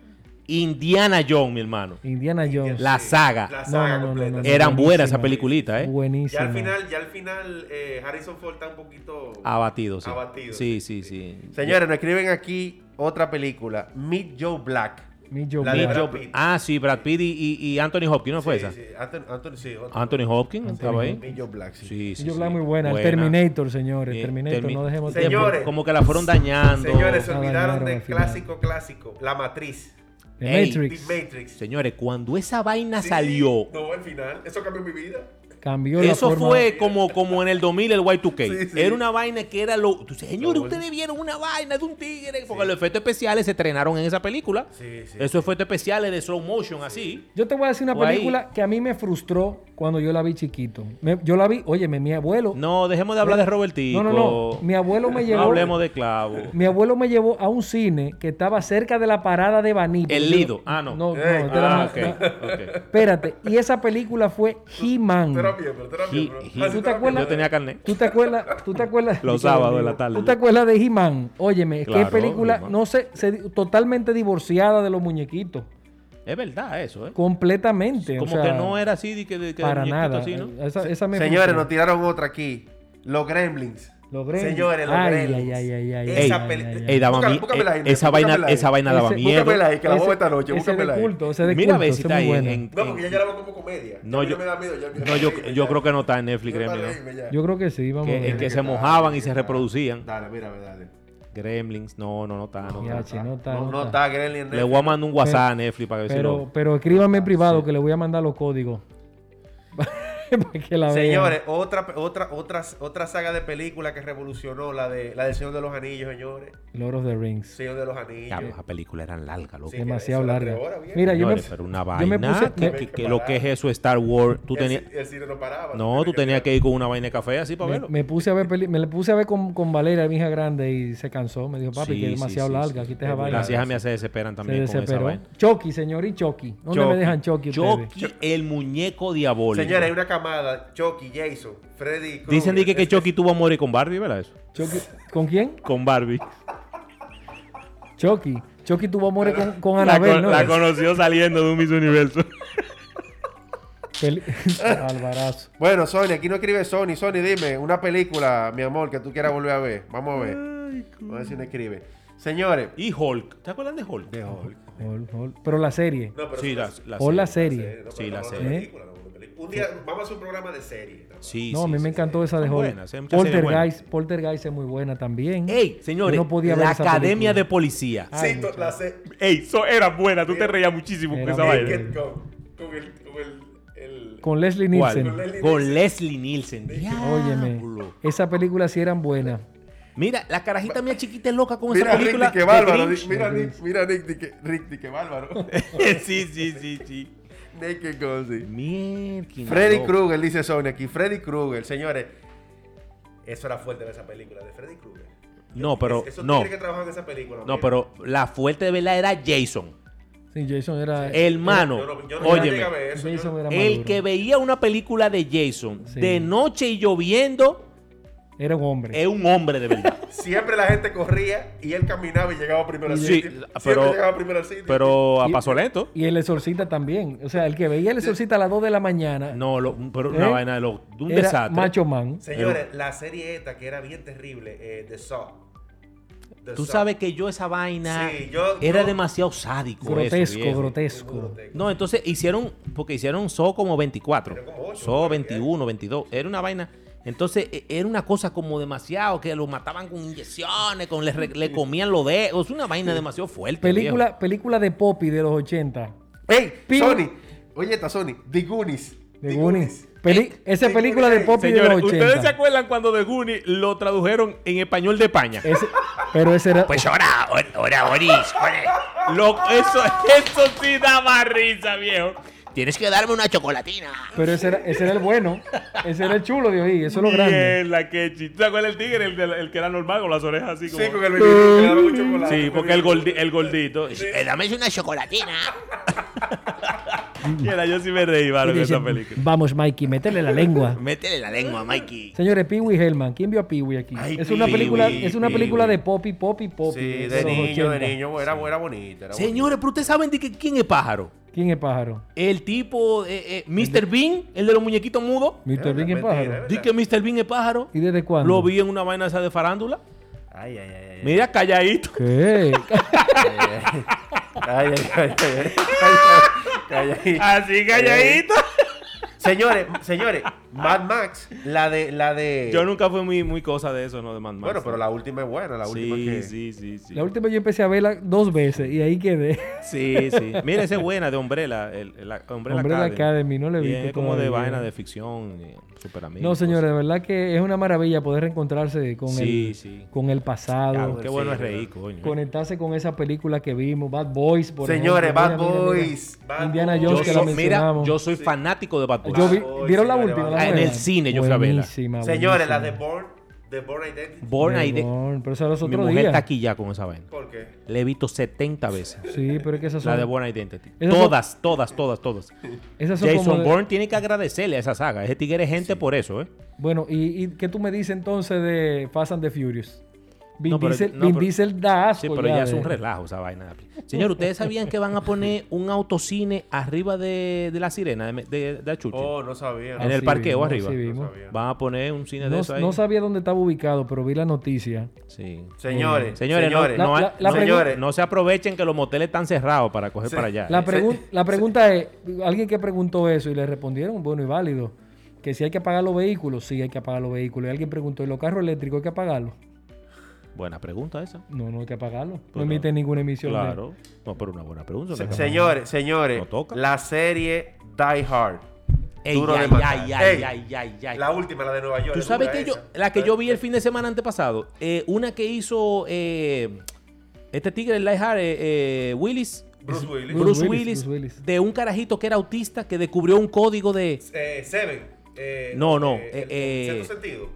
Speaker 2: Indiana Jones, mi hermano.
Speaker 1: Indiana Jones.
Speaker 2: La saga.
Speaker 3: La
Speaker 1: No,
Speaker 3: saga
Speaker 1: no, no, no,
Speaker 3: completa.
Speaker 2: Eran
Speaker 1: no, buenísima.
Speaker 2: buenas esa peliculita, ¿eh?
Speaker 1: Buenísima.
Speaker 3: Ya al final, ya al final eh, Harrison Ford está un poquito...
Speaker 2: Abatido, sí.
Speaker 3: Abatido,
Speaker 2: Sí, sí, sí.
Speaker 3: Señores, nos escriben aquí otra película. Meet Joe Black.
Speaker 1: Mi Joe
Speaker 3: La
Speaker 1: Black.
Speaker 3: de
Speaker 2: Nick
Speaker 3: Brad
Speaker 2: Job-
Speaker 3: Pitt.
Speaker 2: Ah, sí, Brad Pitt y, y- y Anthony Hopkins, ¿no fue
Speaker 3: Sí,
Speaker 2: esa?
Speaker 3: sí, Anthony, Anthony, sí, otro.
Speaker 2: Anthony Hopkins estaba ahí.
Speaker 3: Meet Joe Black, sí.
Speaker 2: Sí, sí.
Speaker 1: Mi Joe
Speaker 2: sí.
Speaker 1: Black muy buena. El
Speaker 2: Buena.
Speaker 1: Terminator, señores.
Speaker 2: Eh,
Speaker 1: Terminator,
Speaker 2: Termi-
Speaker 1: no dejemos...
Speaker 2: Después,
Speaker 3: Señores.
Speaker 2: Como que la fueron dañando.
Speaker 3: Señores, se
Speaker 1: Ah,
Speaker 3: olvidaron
Speaker 1: dañaron
Speaker 3: del
Speaker 1: al final.
Speaker 3: clásico clásico, La Matriz.
Speaker 1: The
Speaker 2: Ey.
Speaker 1: Matrix.
Speaker 3: The Matrix.
Speaker 2: Señores, cuando esa vaina
Speaker 3: Sí,
Speaker 2: salió,
Speaker 3: No, al final. Eso cambió mi vida.
Speaker 1: Cambió la
Speaker 2: eso
Speaker 1: forma-
Speaker 2: fue como, como en el 2000 el Y2K.
Speaker 3: Sí, sí.
Speaker 2: Era una vaina que era lo... Tú, Señores,
Speaker 3: Lo bueno.
Speaker 2: ustedes vieron una vaina de un tigre, porque
Speaker 3: Sí.
Speaker 2: los efectos especiales se estrenaron en esa película.
Speaker 3: Sí, sí.
Speaker 2: Esos efectos especiales de slow motion, así.
Speaker 1: Yo te voy a decir una
Speaker 2: Fue ahí.
Speaker 1: película que a mí me frustró cuando yo la vi chiquito. Me- yo la vi, oye, mi abuelo.
Speaker 2: No, dejemos de hablar de Robertico.
Speaker 1: No, no, no. Mi abuelo me llevó.
Speaker 2: No hablemos de clavo.
Speaker 1: Mi abuelo me llevó a un cine que estaba cerca de la parada de Baní.
Speaker 2: El Lido. Ah, no.
Speaker 1: No, no,
Speaker 3: Ey.
Speaker 1: esta era
Speaker 2: Ah,
Speaker 1: más-
Speaker 2: ok. ok.
Speaker 1: Espérate. Y esa película fue He-Man.
Speaker 3: Tú eras miembro, tú eras
Speaker 2: He-
Speaker 3: miembro.
Speaker 2: he-
Speaker 3: Ah,
Speaker 2: ¿Tú
Speaker 3: sí,
Speaker 1: te
Speaker 3: tú eras
Speaker 1: acuerdas?
Speaker 2: Yo tenía carnet.
Speaker 1: ¿Tú te acuerdas? ¿Tú te acuerdas?
Speaker 2: Los sábados de la tarde.
Speaker 1: ¿Tú te acuerdas de He-Man? Óyeme,
Speaker 2: Claro,
Speaker 1: qué película,
Speaker 2: He-Man.
Speaker 1: no sé, se- totalmente divorciada de los muñequitos.
Speaker 2: Es verdad eso, ¿eh?
Speaker 1: Completamente. o
Speaker 2: Como
Speaker 1: sea,
Speaker 2: que no era así de que, de que de
Speaker 1: para
Speaker 2: muñequito
Speaker 1: nada.
Speaker 2: así, ¿no?
Speaker 1: Esa, esa me
Speaker 3: Señores,
Speaker 1: frustró.
Speaker 3: nos tiraron otra aquí. Los Gremlins.
Speaker 1: Los Gremlins.
Speaker 3: Señores, los
Speaker 1: Ay,
Speaker 3: Gremlins.
Speaker 1: ay, ay, ay, ay,
Speaker 3: Esa
Speaker 1: ay,
Speaker 3: peli-
Speaker 1: ay, ay.
Speaker 2: Ey, daba
Speaker 3: Búscala,
Speaker 2: mi-
Speaker 3: búscamela ahí,
Speaker 2: eh, esa
Speaker 3: búscamela
Speaker 2: vaina,
Speaker 3: ahí.
Speaker 2: esa vaina daba
Speaker 1: Eh, Ese-
Speaker 2: miedo.
Speaker 3: Búscamela ahí, que la voy a
Speaker 1: Ese-
Speaker 3: ver esta noche.
Speaker 1: ese de
Speaker 3: Búscamela ahí.
Speaker 1: culto, ese de
Speaker 2: Mira a
Speaker 1: culto,
Speaker 2: ver si
Speaker 1: ese
Speaker 2: está
Speaker 1: es
Speaker 2: ahí
Speaker 1: muy
Speaker 2: en,
Speaker 1: bueno.
Speaker 2: en-
Speaker 3: No, porque ya yo la veo como comedia.
Speaker 2: No,
Speaker 3: A mí
Speaker 2: yo-
Speaker 3: me da miedo, ya-
Speaker 2: No, yo, yo creo que no está en Netflix,
Speaker 3: Yo me
Speaker 2: Gremlins. ¿no?
Speaker 3: reí, ya.
Speaker 1: Yo creo que sí, vamos a
Speaker 2: Que, en
Speaker 1: ver.
Speaker 2: que
Speaker 3: Gremlins
Speaker 2: se
Speaker 3: está,
Speaker 2: mojaban y se
Speaker 3: está.
Speaker 2: reproducían.
Speaker 3: Dale, mira, mira, dale.
Speaker 2: Gremlins, no, no, no está. No,
Speaker 1: Ya,
Speaker 2: está.
Speaker 1: che, Ah, no está,
Speaker 3: No,
Speaker 1: no
Speaker 3: no
Speaker 1: está.
Speaker 3: está Gremlins.
Speaker 2: Le voy a mandar un WhatsApp a Netflix para que se
Speaker 1: Pero,
Speaker 2: lo...
Speaker 1: pero escríbame en privado que le voy a mandar los códigos. para que la vean.
Speaker 3: Señores, otra, otra, otra, otra saga de película que revolucionó la de la del Señor de los Anillos, señores.
Speaker 1: Lord of the Rings.
Speaker 3: Señor de los Anillos.
Speaker 2: Diablo, Esa película era larga, loco.
Speaker 3: Sí,
Speaker 1: Demasiado
Speaker 3: eso era tres
Speaker 1: larga.
Speaker 3: horas, bien.
Speaker 1: Mira, yo me,
Speaker 2: Señores, pero una
Speaker 1: yo
Speaker 2: vaina.
Speaker 1: me puse-
Speaker 2: que,
Speaker 1: me-
Speaker 2: que- que lo que es eso, Star Wars, tú
Speaker 3: El
Speaker 2: tenías...
Speaker 3: ci- El, cine no paraba.
Speaker 2: No, tú tenías que ir con una vaina de café así para
Speaker 1: me-
Speaker 2: verlo.
Speaker 1: me puse a ver peli- me le puse a ver con, con Valeria, mi hija grande, y se cansó. Me dijo, papi,
Speaker 2: Sí,
Speaker 1: que es
Speaker 2: sí,
Speaker 1: demasiado
Speaker 2: sí,
Speaker 1: larga,
Speaker 2: sí.
Speaker 1: aquí te esa vaina.
Speaker 2: Las hijas mías se desesperan
Speaker 1: se
Speaker 2: también con esa
Speaker 1: desesperó.
Speaker 2: vaina.
Speaker 1: Chucky, señor, y Chucky. ¿Dónde me dejan Chucky ustedes?
Speaker 2: Chucky, el muñeco diabólico.
Speaker 3: Señores, hay una camada. Chucky, Jason, Freddy. Krueger.
Speaker 2: Dicen di que, que
Speaker 3: Es- es-
Speaker 2: Chucky tuvo a morir con Barbie, ¿verdad eso?
Speaker 1: Chucky. ¿Con quién?
Speaker 2: Con Barbie.
Speaker 1: Chucky. Chucky tuvo amores con, con
Speaker 2: La,
Speaker 1: Anabel,
Speaker 2: con-
Speaker 1: ¿no?
Speaker 2: la conoció saliendo de un Miss Universo.
Speaker 1: Peli- Alvarazo.
Speaker 3: Bueno, Sony, aquí no escribe Sony. Sony, dime una película, mi amor, que tú quieras volver a ver. Vamos a ver. Vamos a ver si no escribe. Señores.
Speaker 2: Y Hulk. ¿Te acuerdan de Hulk?
Speaker 3: De Hulk.
Speaker 1: Ol- ol- Pero la serie.
Speaker 3: No, pero
Speaker 2: sí,
Speaker 3: eso
Speaker 2: la,
Speaker 3: es-
Speaker 2: la
Speaker 1: o la
Speaker 3: la
Speaker 1: serie.
Speaker 3: ¿no?
Speaker 2: Sí,
Speaker 3: Pero
Speaker 2: la
Speaker 3: estamos
Speaker 2: serie.
Speaker 3: hablando de película, no de película. Un día vamos a hacer un programa de serie. ¿no?
Speaker 2: Sí,
Speaker 1: no, a
Speaker 2: sí,
Speaker 1: mí
Speaker 2: sí,
Speaker 1: me encantó esa de
Speaker 2: Son
Speaker 1: Hulk.
Speaker 2: buenas, hay muchas series
Speaker 1: Poltergeist, Poltergeist es muy buena también.
Speaker 2: Ey, señores,
Speaker 1: Yo no podía ver
Speaker 2: la
Speaker 1: esa
Speaker 2: Academia
Speaker 1: película.
Speaker 2: de Policía.
Speaker 1: Ay,
Speaker 3: sí, to- la serie.
Speaker 2: Ey, eso era buena. Tú te reías muchísimo
Speaker 1: Era
Speaker 2: con esa
Speaker 1: buena.
Speaker 2: vaina.
Speaker 3: Naked Gun, Con el. Con el, el-
Speaker 1: Con Leslie
Speaker 2: ¿Cuál?
Speaker 1: Nielsen.
Speaker 3: Leslie
Speaker 2: Con
Speaker 3: Nielsen.
Speaker 2: Leslie Nielsen.
Speaker 1: Óyeme,
Speaker 2: Diablo.
Speaker 1: esas películas sí eran buenas.
Speaker 2: Mira, la carajita mía chiquita es loca con
Speaker 3: Mira
Speaker 2: esa
Speaker 3: a Rick,
Speaker 2: película.
Speaker 3: di que
Speaker 2: de
Speaker 3: bárbaro.
Speaker 2: Grinch.
Speaker 3: di- Mira a Nick, mira a Nick, di que- Rick, di que bárbaro.
Speaker 2: sí, sí, sí, sí.
Speaker 3: Naked Gun, sí.
Speaker 2: Mierda.
Speaker 3: Freddy
Speaker 2: loco.
Speaker 3: Krueger, dice Sony aquí. Freddy Krueger, señores. Eso era fuerte de esa película, de Freddy Krueger.
Speaker 2: No, pero
Speaker 3: Eso
Speaker 2: no.
Speaker 3: que trabajar en esa película.
Speaker 2: No,
Speaker 3: mira.
Speaker 2: pero la fuerte de verdad era Jason.
Speaker 1: Sí, Jason era.
Speaker 2: Hermano,
Speaker 3: Yo no- yo no llegué a
Speaker 2: óyeme.
Speaker 3: ver eso, yo
Speaker 1: Jason
Speaker 3: no-
Speaker 1: era
Speaker 2: El
Speaker 1: maduro.
Speaker 2: que veía una película de Jason
Speaker 1: Sí.
Speaker 2: de noche y lloviendo
Speaker 1: Era un hombre.
Speaker 2: es un hombre de verdad.
Speaker 3: Siempre la gente corría y él caminaba y llegaba primero al
Speaker 2: Sí,
Speaker 3: sitio. Siempre
Speaker 2: pero-
Speaker 3: llegaba primero al sitio.
Speaker 2: Pero a
Speaker 1: Y-
Speaker 2: paso lento.
Speaker 1: Y el exorcista también. O sea, el que veía el exorcista a las 2 de la mañana.
Speaker 2: No, lo- pero una
Speaker 1: ¿Eh?
Speaker 2: vaina de, lo- de un
Speaker 1: era
Speaker 2: desastre.
Speaker 1: Macho Man.
Speaker 3: Señores, la serie esta que era bien terrible, eh, The Saw. The
Speaker 2: Tú
Speaker 3: Saw.
Speaker 2: sabes que yo esa vaina
Speaker 3: Sí, yo-
Speaker 2: era
Speaker 3: yo-
Speaker 2: demasiado sádico. eso,
Speaker 1: Grotesco,
Speaker 2: viejo.
Speaker 1: grotesco.
Speaker 2: No, entonces hicieron, porque hicieron So como 24,
Speaker 3: Era como ocho,
Speaker 2: So
Speaker 3: ¿no?
Speaker 2: 21, 22, era una vaina. Entonces e- era una cosa como demasiado, que lo mataban con inyecciones, con le, re- le comían los dedos, una vaina demasiado fuerte.
Speaker 1: Película, película de Poppy de los 80.
Speaker 3: ¡Ey!
Speaker 1: Pim.
Speaker 3: Sony, Oye, esta Sony, The Goonies.
Speaker 1: De Goonies. Peli- esa película de Poppy de
Speaker 2: Señores,
Speaker 1: los
Speaker 2: ¿ustedes se
Speaker 1: 80.
Speaker 2: acuerdan cuando The Goonies lo tradujeron en español de España?
Speaker 1: Ese- pero ese era.
Speaker 4: Pues
Speaker 2: ahora, ahora, Boris, Lo, eso, eso sí daba risa, viejo.
Speaker 4: Tienes que darme una chocolatina.
Speaker 1: Pero ese era, ese era el bueno. Ese era el chulo de ahí. Eso es lo grande.
Speaker 2: Bien, la que chi- ¿Tú ¿Te acuerdas el tigre? El, del- el que era normal con las orejas así como.
Speaker 3: Sí, con el bebé. que le daba un chocolate.
Speaker 2: Sí, porque el, gordi- el gordito.
Speaker 4: Eh, dame una chocolatina.
Speaker 2: Mira, yo sí me reí, varo,
Speaker 1: Y
Speaker 2: con
Speaker 1: dice,
Speaker 2: esa película.
Speaker 1: Vamos, Mikey, métele la lengua.
Speaker 4: Métele la lengua, Mikey.
Speaker 1: Señores, Pee Wee Hellman. ¿Quién vio a Pee Wee aquí?
Speaker 2: Ay,
Speaker 1: es una
Speaker 2: Pee
Speaker 1: película,
Speaker 2: Wee,
Speaker 1: es una
Speaker 2: Pee
Speaker 1: película
Speaker 2: Wee.
Speaker 1: de Poppy, Poppy, Poppy.
Speaker 3: Sí,
Speaker 1: los
Speaker 3: de niño,
Speaker 1: 80.
Speaker 3: de niño. Era, era bonita. Era
Speaker 2: Señores, pero ustedes saben de que, quién es pájaro.
Speaker 1: ¿Quién es pájaro?
Speaker 2: El tipo, eh, eh, Mr. Bean, el de los muñequitos mudos.
Speaker 1: Mr. Bean es
Speaker 3: mentira,
Speaker 1: pájaro.
Speaker 3: ¿eh?
Speaker 2: Dice que Mr. Bean es pájaro.
Speaker 1: ¿Y desde cuándo?
Speaker 2: Lo vi en una vaina esa de farándula.
Speaker 3: bonita. Ay, ay, ay. ay.
Speaker 2: Mira, calladito.
Speaker 1: ¿Qué?
Speaker 3: Ay, ay, ay, ay, ay, ay, ay, ay.
Speaker 2: Así calladito.
Speaker 3: Señores, señores, Mad Max, la de, la de.
Speaker 2: Yo nunca fui muy, muy cosa de eso, ¿no? De Mad Max.
Speaker 3: Bueno, pero la última es buena, la última
Speaker 2: Sí,
Speaker 3: que.
Speaker 2: sí, sí, sí.
Speaker 1: La última yo empecé a verla dos veces y ahí quedé.
Speaker 2: Sí, sí. Mira, esa es buena de Umbrella. El, el- la- Umbrella,
Speaker 1: Umbrella Academy, no la he
Speaker 2: Y
Speaker 1: visto
Speaker 2: Es como de
Speaker 1: todavía.
Speaker 2: vaina de ficción, eh, super amigo.
Speaker 1: No, señores, de verdad que es una maravilla poder reencontrarse con,
Speaker 2: Sí,
Speaker 1: el,
Speaker 2: sí.
Speaker 1: con el pasado,
Speaker 2: qué bueno es reír, coño.
Speaker 1: conectarse con esa película que vimos, Bad Boys, por
Speaker 3: Señores,
Speaker 1: ejemplo.
Speaker 3: Bad
Speaker 1: Mira, mira, mira.
Speaker 3: Boys. Bad
Speaker 1: Indiana
Speaker 3: Boys.
Speaker 1: Jones
Speaker 2: Yo
Speaker 1: que
Speaker 2: soy-
Speaker 1: la
Speaker 2: mira,
Speaker 1: mencionamos.
Speaker 2: yo soy fanático de Batman.
Speaker 1: Yo vi-
Speaker 3: Bad Boys,
Speaker 1: ¿Vieron la
Speaker 3: señores,
Speaker 1: última?
Speaker 3: Bad
Speaker 1: la
Speaker 3: Boys.
Speaker 2: Ah, en el
Speaker 1: nueva?
Speaker 2: cine yo fui a verla.
Speaker 1: Buenísima,
Speaker 3: Señores, la de
Speaker 1: buenísima.
Speaker 3: Born, de Born Identity.
Speaker 2: Born Ide-
Speaker 1: Born, Pero eso era otro
Speaker 2: Mi mujer
Speaker 1: día.
Speaker 2: está aquí ya con esa vaina.
Speaker 3: ¿Por qué?
Speaker 2: La he visto 70 veces.
Speaker 1: Sí, pero es que esas son,
Speaker 2: La de Born Identity.
Speaker 1: Esas son-
Speaker 2: Todas, todas, todas, todas.
Speaker 1: esas son como
Speaker 2: Jason
Speaker 1: de-
Speaker 2: Bourne tiene que agradecerle a esa saga. Ese tigre es gente por eso, ¿eh?
Speaker 1: Bueno, ¿y, y qué tú me dices entonces de Fast and the Furious? Vin,
Speaker 2: No, pero-
Speaker 1: Diesel,
Speaker 2: no,
Speaker 1: Vin
Speaker 2: pero-
Speaker 1: Diesel da asco.
Speaker 2: Sí, pero ya es
Speaker 1: de-
Speaker 2: un relajo esa vaina. Señor, ¿ustedes sabían que van a poner un autocine arriba de, de la sirena de, de, de Achuche?
Speaker 3: Oh, no sabía.
Speaker 2: en el
Speaker 1: Así
Speaker 2: parqueo
Speaker 1: mismo,
Speaker 2: arriba.
Speaker 1: así mismo.
Speaker 3: sabía.
Speaker 2: Van a poner un cine de
Speaker 1: No,
Speaker 2: eso ahí.
Speaker 1: no sabía dónde estaba ubicado, pero vi la noticia.
Speaker 2: Sí. Eh,
Speaker 3: Señores,
Speaker 2: Señores,
Speaker 3: señores, señores.
Speaker 1: La-
Speaker 2: no, no,
Speaker 1: la- la
Speaker 2: no,
Speaker 1: pregun-
Speaker 2: señores, no se aprovechen que los moteles están cerrados para coger
Speaker 3: Sí.
Speaker 2: para allá.
Speaker 1: La, pregun- la pregunta es, alguien que preguntó eso y le respondieron, bueno y válido, que si hay que apagar los vehículos, sí hay que apagar los vehículos. Y alguien preguntó, ¿y los carros eléctricos hay que apagarlos?
Speaker 2: Buena pregunta esa.
Speaker 1: No, no hay que apagarlos. No
Speaker 2: Pero-
Speaker 1: emiten ninguna emisión. de-
Speaker 2: Pues Claro. No, pero una buena pregunta.
Speaker 3: Se-
Speaker 2: ¿no?
Speaker 3: señores, señores,
Speaker 2: No toca.
Speaker 3: la serie Die Hard.
Speaker 2: Ey,
Speaker 3: Duro de
Speaker 2: ay,
Speaker 3: matar.
Speaker 2: ay, ay,
Speaker 3: Ey,
Speaker 2: ay, ay, ay.
Speaker 3: La última, la de Nueva York.
Speaker 2: Tú
Speaker 3: es
Speaker 2: sabes
Speaker 3: dura
Speaker 2: que yo,
Speaker 3: esa.
Speaker 2: la que yo vi el fin de semana antepasado, eh, una que hizo eh, este tigre, el Lightheart, eh, eh, Willis.
Speaker 3: Bruce Willis.
Speaker 2: Bruce
Speaker 1: Bruce Willis,
Speaker 2: Willis,
Speaker 1: Bruce Willis.
Speaker 2: de un carajito que era autista que descubrió un código de
Speaker 3: Eh, Seven. eh,
Speaker 2: No, no,
Speaker 3: eh, el-
Speaker 2: eh, eh,
Speaker 3: el sexto sentido.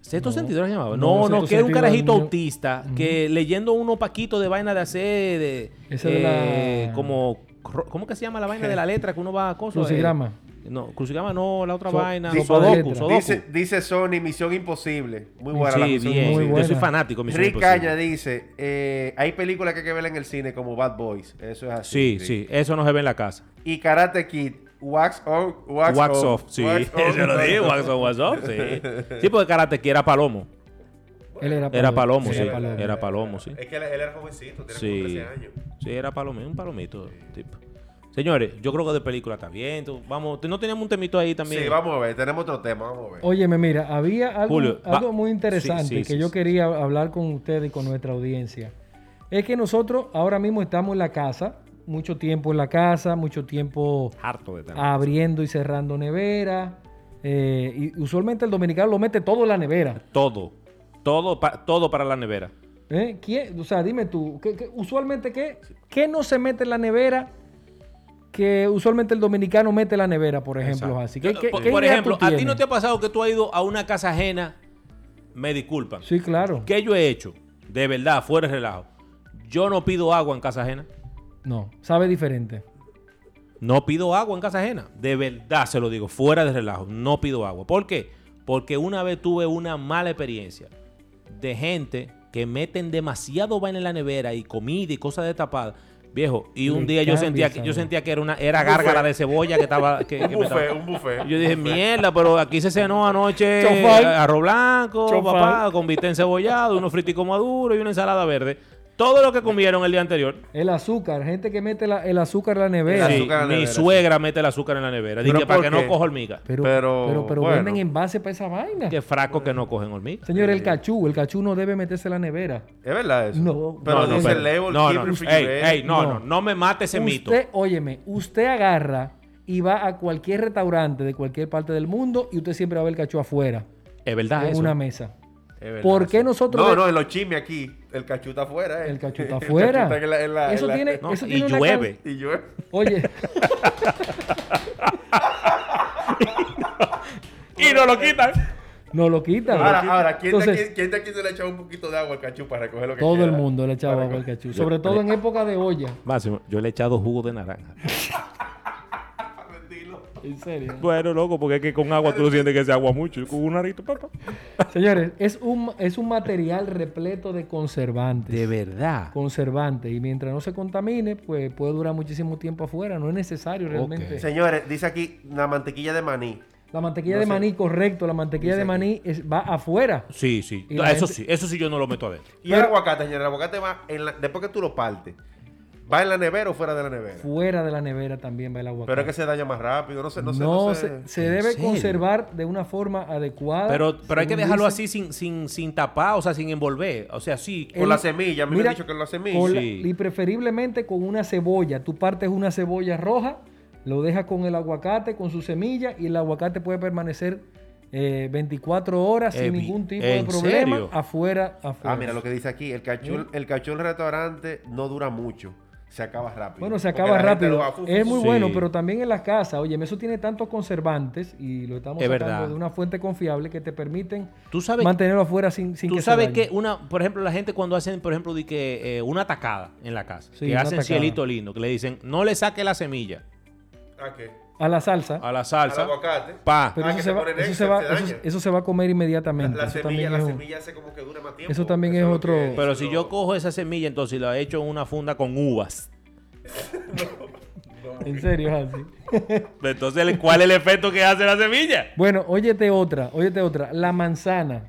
Speaker 2: ¿Sexto
Speaker 1: No.
Speaker 2: sentido lo llamaba? No,
Speaker 1: No, Sexto
Speaker 2: no, que era un
Speaker 1: Sentido
Speaker 2: carajito
Speaker 1: era un niño-
Speaker 2: autista que leyendo unos paquitos de vaina de hacer de,
Speaker 1: Esa de
Speaker 2: eh,
Speaker 1: la-
Speaker 2: como cro- ¿cómo que se llama la vaina de la letra que uno va a cosas?
Speaker 1: Crucigrama.
Speaker 2: Eh, no, crucigrama no, la otra
Speaker 1: So-
Speaker 2: vaina,
Speaker 3: Dice-
Speaker 1: Dice-
Speaker 2: Sudoku, Sudoku.
Speaker 3: Dice, dice Sony, Misión Imposible. Muy buena la
Speaker 2: sí,
Speaker 3: Misión
Speaker 2: bien.
Speaker 1: muy
Speaker 3: Imposible.
Speaker 2: Yo
Speaker 1: buena.
Speaker 2: soy fanático, pues, de Misión
Speaker 3: Rick
Speaker 2: Imposible.
Speaker 3: Caña dice, eh, hay películas que hay que ver en el cine como Bad Boys. Eso es así.
Speaker 2: Sí, sí, eso no se ve en la casa.
Speaker 3: Y Karate Kid, Wax On, Wax,
Speaker 2: Wax, off, sí.
Speaker 3: Wax on.
Speaker 2: Se lo digo, wax on, wax off, sí. Sí, porque Karate Kid era palomo.
Speaker 1: Él era
Speaker 2: Era palomo, sí.
Speaker 1: Era palomo.
Speaker 2: Era palomo, sí.
Speaker 3: Es que él, él era jovencito, tenía
Speaker 2: Sí.
Speaker 3: como 13 años.
Speaker 2: Sí, era palomito, un palomito. Tipo. Señores, yo creo que de película está bien. tú- Vamos, ¿no teníamos un temito ahí también?
Speaker 3: Sí, vamos a ver, tenemos otro tema, vamos a ver.
Speaker 1: Óyeme, mira, había algo,
Speaker 2: Julio, va-
Speaker 1: algo muy interesante
Speaker 2: Sí, sí,
Speaker 1: que
Speaker 2: sí,
Speaker 1: yo
Speaker 2: sí.
Speaker 1: quería hablar con ustedes y con nuestra audiencia. Es que nosotros ahora mismo estamos en la casa, mucho tiempo en la casa, mucho tiempo
Speaker 2: Harto de tal.
Speaker 1: abriendo y cerrando nevera. eh, y usualmente el dominicano lo mete todo en la nevera.
Speaker 2: Todo. Todo, pa- todo para la nevera.
Speaker 1: ¿eh? ¿Quién- o sea, dime tú, ¿qué- qué- usualmente qué, ¿qué no se mete en la nevera que usualmente el dominicano mete en la nevera, por ejemplo?
Speaker 2: Exacto.
Speaker 1: Así. ¿Qué- qué-
Speaker 2: por
Speaker 1: qué
Speaker 2: por
Speaker 1: idea
Speaker 2: ejemplo,
Speaker 1: tú
Speaker 2: a ti
Speaker 1: tienes?
Speaker 2: no te ha pasado que tú has ido a una casa ajena. Me disculpan.
Speaker 1: Sí, claro.
Speaker 2: ¿Qué yo he hecho? De verdad, fuera de relajo. Yo no pido agua en casa ajena.
Speaker 1: No, sabe diferente.
Speaker 2: No pido agua en casa ajena. De verdad se lo digo, fuera de relajo. No pido agua. ¿Por qué? Porque una vez tuve una mala experiencia de gente que meten demasiado vaina en la nevera y comida y cosas destapadas. Viejo, y un
Speaker 1: Le
Speaker 2: día yo
Speaker 1: cambia
Speaker 2: sentía
Speaker 1: el
Speaker 2: que yo
Speaker 1: sabor.
Speaker 2: sentía que era una era gárgara de cebolla que estaba que-
Speaker 3: Un
Speaker 2: que me estaba-
Speaker 3: buffet, un buffet.
Speaker 2: Yo dije, mierda, pero aquí se cenó anoche
Speaker 1: Chofán.
Speaker 2: eh, arroz blanco,
Speaker 1: Chofán.
Speaker 2: papá, con viste encebollado, unos friticos maduros y una ensalada verde. Todo lo que comieron el día anterior.
Speaker 1: El azúcar, gente que mete la- el azúcar en la
Speaker 3: El
Speaker 1: nevera.
Speaker 2: Sí,
Speaker 3: azúcar en la
Speaker 2: mi
Speaker 3: nevera,
Speaker 2: suegra mete el azúcar en la nevera.
Speaker 3: ¿Pero
Speaker 2: Dice para
Speaker 3: por
Speaker 2: que
Speaker 3: qué?
Speaker 2: no coja hormiga.
Speaker 1: Pero, pero,
Speaker 3: Pero,
Speaker 1: pero,
Speaker 3: bueno.
Speaker 1: venden envase para esa vaina.
Speaker 2: Que fracos que no cogen hormiga.
Speaker 1: Señor, el cachú, el cachú no debe meterse en la nevera.
Speaker 3: ¿Es verdad eso?
Speaker 1: No.
Speaker 3: pero
Speaker 2: no, no,
Speaker 3: dice
Speaker 2: pero-
Speaker 3: label,
Speaker 2: no,
Speaker 3: keep
Speaker 2: no, ey,
Speaker 3: refrigerated.
Speaker 2: ey, no,
Speaker 1: No.
Speaker 2: no, no me mate ese mito.
Speaker 1: Usted, óyeme, usted agarra y va a cualquier restaurante de cualquier parte del mundo y usted siempre va a ver el cachú afuera,
Speaker 2: Es
Speaker 3: Ah,
Speaker 2: verdad
Speaker 1: en
Speaker 2: eso.
Speaker 1: una mesa.
Speaker 3: Es verdad,
Speaker 1: ¿Por qué
Speaker 3: sí.
Speaker 1: nosotros
Speaker 3: No,
Speaker 1: de-
Speaker 3: no, en los chismes aquí. El cachuta afuera, eh.
Speaker 1: El cachú está
Speaker 3: cachuta
Speaker 1: afuera.
Speaker 3: está en la- en la-
Speaker 1: eso
Speaker 3: en la-
Speaker 1: tiene,
Speaker 2: No,
Speaker 1: eso
Speaker 2: y
Speaker 1: tiene una cal-
Speaker 2: llueve.
Speaker 3: Y yo. eh.
Speaker 1: Oye,
Speaker 2: Y no lo quitan.
Speaker 1: no lo quitan.
Speaker 3: Ahora, ahora, ¿quién,
Speaker 1: Entonces,
Speaker 3: de aquí, ¿quién de aquí se le ha echado un poquito de agua al cachú para recoger lo que
Speaker 1: Todo
Speaker 3: queda?
Speaker 1: el mundo le echaba
Speaker 3: Para
Speaker 1: agua al
Speaker 3: recoger-
Speaker 1: cachú. Sobre todo en época de olla.
Speaker 2: Máximo, yo le he echado jugo de naranja.
Speaker 1: En serio.
Speaker 2: Bueno, loco, porque es que con agua tú lo sientes que se agua mucho. Yo con un narito, papá.
Speaker 1: Señores, es un, es un material repleto de conservantes.
Speaker 2: De verdad.
Speaker 1: Conservantes. Y mientras no se contamine, pues puede durar muchísimo tiempo afuera. No es necesario realmente.
Speaker 3: Señores, dice aquí la mantequilla de maní.
Speaker 1: La mantequilla de maní, correcto. La mantequilla de maní es- va afuera.
Speaker 2: Sí, sí.
Speaker 1: Y la
Speaker 2: Eso
Speaker 1: gente-
Speaker 2: sí, eso sí yo no lo meto adentro.
Speaker 3: Y el aguacate, señores, el aguacate va en la- después que tú lo partes. ¿Va en la nevera o fuera de la nevera?
Speaker 1: Fuera de la nevera también va el aguacate.
Speaker 3: Pero es que se daña más rápido, no sé, no sé.
Speaker 1: no,
Speaker 3: no sé.
Speaker 1: se, se
Speaker 2: ¿En
Speaker 1: debe
Speaker 2: serio?
Speaker 1: conservar de una forma adecuada.
Speaker 5: Pero, pero hay que
Speaker 1: Ah, según
Speaker 5: dejarlo
Speaker 1: dicen.
Speaker 5: así sin, sin, sin tapar, o sea, sin envolver. O sea, sí.
Speaker 3: Con
Speaker 1: El-
Speaker 3: la semilla, a mí me
Speaker 1: Mira,
Speaker 3: han dicho que con la semilla.
Speaker 1: con la-
Speaker 3: Sí.
Speaker 1: y preferiblemente con una cebolla. Tú partes una cebolla roja, lo dejas con el aguacate, con su semilla, y el aguacate puede permanecer eh, 24 horas
Speaker 2: Eh,
Speaker 1: sin
Speaker 2: vi-
Speaker 1: ningún tipo de
Speaker 2: ¿en
Speaker 1: problema.
Speaker 2: serio?
Speaker 1: Afuera, afuera.
Speaker 3: Ah, mira lo que dice aquí, el cachú, el cachú en el restaurante no dura mucho, se acaba rápido.
Speaker 1: Bueno, se
Speaker 3: Porque
Speaker 1: acaba
Speaker 3: la gente
Speaker 1: rápido.
Speaker 3: lo va, fu, fu,
Speaker 1: Es
Speaker 3: fu.
Speaker 1: muy
Speaker 2: Sí.
Speaker 1: bueno, pero también en las casas, oye, eso tiene tantos conservantes y lo estamos
Speaker 2: Es
Speaker 1: sacando
Speaker 2: verdad.
Speaker 1: de una fuente confiable que te permiten
Speaker 5: Tú sabes-
Speaker 1: mantenerlo afuera sin, sin
Speaker 5: Tú
Speaker 1: que se
Speaker 5: sabes
Speaker 1: dañe.
Speaker 5: que una, por ejemplo, la gente cuando hacen, por ejemplo, di que eh, una tacada en la casa,
Speaker 1: Sí,
Speaker 5: que
Speaker 1: una
Speaker 5: hacen
Speaker 1: tacada.
Speaker 5: cielito lindo, que le dicen, no le saque la semilla
Speaker 3: ¿A Ah, qué?
Speaker 1: a la salsa.
Speaker 5: a la
Speaker 3: Al
Speaker 5: salsa.
Speaker 3: aguacate.
Speaker 5: Pa.
Speaker 1: Pero
Speaker 3: Ah,
Speaker 1: eso,
Speaker 3: que
Speaker 1: se
Speaker 3: se
Speaker 1: va,
Speaker 3: pone
Speaker 1: eso,
Speaker 3: negro,
Speaker 1: se va,
Speaker 3: se
Speaker 1: eso,
Speaker 3: daña.
Speaker 1: eso se va a comer
Speaker 3: La,
Speaker 1: inmediatamente.
Speaker 3: la
Speaker 1: Eso
Speaker 3: semilla,
Speaker 1: también
Speaker 3: la
Speaker 1: es un-
Speaker 3: semilla hace como que dura más tiempo.
Speaker 1: Eso también es
Speaker 3: lo
Speaker 1: otro-
Speaker 3: que-
Speaker 5: Pero
Speaker 3: eso
Speaker 5: si
Speaker 3: lo-
Speaker 5: yo cojo esa semilla, entonces la echo en una funda con uvas.
Speaker 1: En serio, es así.
Speaker 2: Entonces, ¿cuál es el efecto que hace la semilla?
Speaker 1: Bueno, óyete otra, óyete otra. La manzana.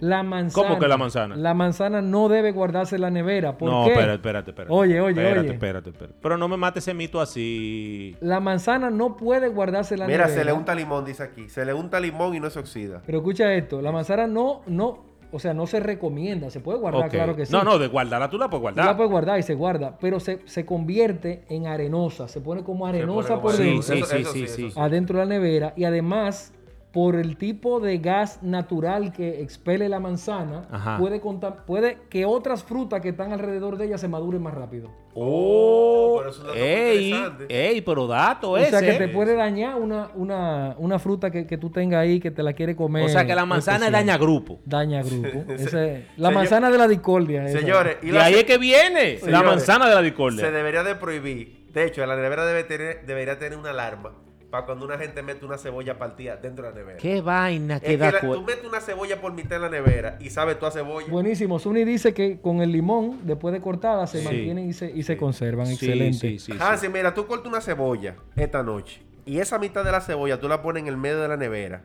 Speaker 1: La manzana.
Speaker 5: ¿Cómo que la manzana?
Speaker 1: La manzana no debe guardarse en la nevera. ¿Por
Speaker 5: No,
Speaker 1: qué?
Speaker 5: espérate, espérate, espérate.
Speaker 1: Oye, oye,
Speaker 5: espérate,
Speaker 1: oye.
Speaker 5: Espérate, espérate. Pero no me mates ese mito así.
Speaker 1: La manzana no puede guardarse en la
Speaker 3: Mira,
Speaker 1: nevera.
Speaker 3: se le unta limón, dice aquí. Se le unta limón y no se oxida.
Speaker 1: Pero escucha esto, la manzana no, no, o sea, no se recomienda. Se puede guardar,
Speaker 5: Ok.
Speaker 1: claro que sí.
Speaker 5: No, no, de guardarla tú la puedes
Speaker 1: Tú
Speaker 5: guardar.
Speaker 1: la puedes guardar y se guarda, pero se, se convierte en arenosa. Se Ah, pone como arenosa
Speaker 3: como
Speaker 1: por
Speaker 3: arenosa.
Speaker 1: dentro.
Speaker 5: Sí, sí,
Speaker 3: Eso-
Speaker 5: sí, sí,
Speaker 3: eso sí,
Speaker 5: sí.
Speaker 3: eso
Speaker 1: adentro de la nevera y además por el tipo de gas natural que expele la manzana,
Speaker 5: Ajá.
Speaker 1: puede, conta- puede que otras frutas que están alrededor de ella se maduren más rápido.
Speaker 5: Oh,
Speaker 3: Pero eso es un dato
Speaker 5: ey,
Speaker 3: interesante.
Speaker 5: ey, pero dato
Speaker 1: O
Speaker 5: ese.
Speaker 1: sea que te puede dañar una, una, una fruta que, que tú tengas ahí que te la quiere comer. Este,
Speaker 5: O sea que la manzana
Speaker 1: especial.
Speaker 5: daña grupo.
Speaker 1: Daña grupo. Ese- la
Speaker 3: Señor-
Speaker 1: manzana de la discordia. esa.
Speaker 3: Señores,
Speaker 5: Y,
Speaker 3: y la,
Speaker 5: ahí es que viene la
Speaker 3: Señores,
Speaker 5: manzana de la
Speaker 3: se
Speaker 5: discordia.
Speaker 3: debería de prohibir. De hecho, la nevera debe tener, debería tener una alarma para cuando una gente mete una cebolla partida dentro de la nevera.
Speaker 5: Qué vaina
Speaker 3: Es
Speaker 5: que
Speaker 3: que
Speaker 5: da
Speaker 3: la-
Speaker 5: cue-
Speaker 3: tú metes una cebolla por mitad en la nevera y sabes tú a cebolla.
Speaker 1: Buenísimo. Suni dice que con el limón, después de cortada, se
Speaker 5: Sí.
Speaker 1: mantienen y se, y se conservan.
Speaker 5: Sí,
Speaker 1: Excelente.
Speaker 5: sí, sí, sí.
Speaker 3: Hansi, mira, tú cortas una cebolla esta noche y esa mitad de la cebolla tú la pones en el medio de la nevera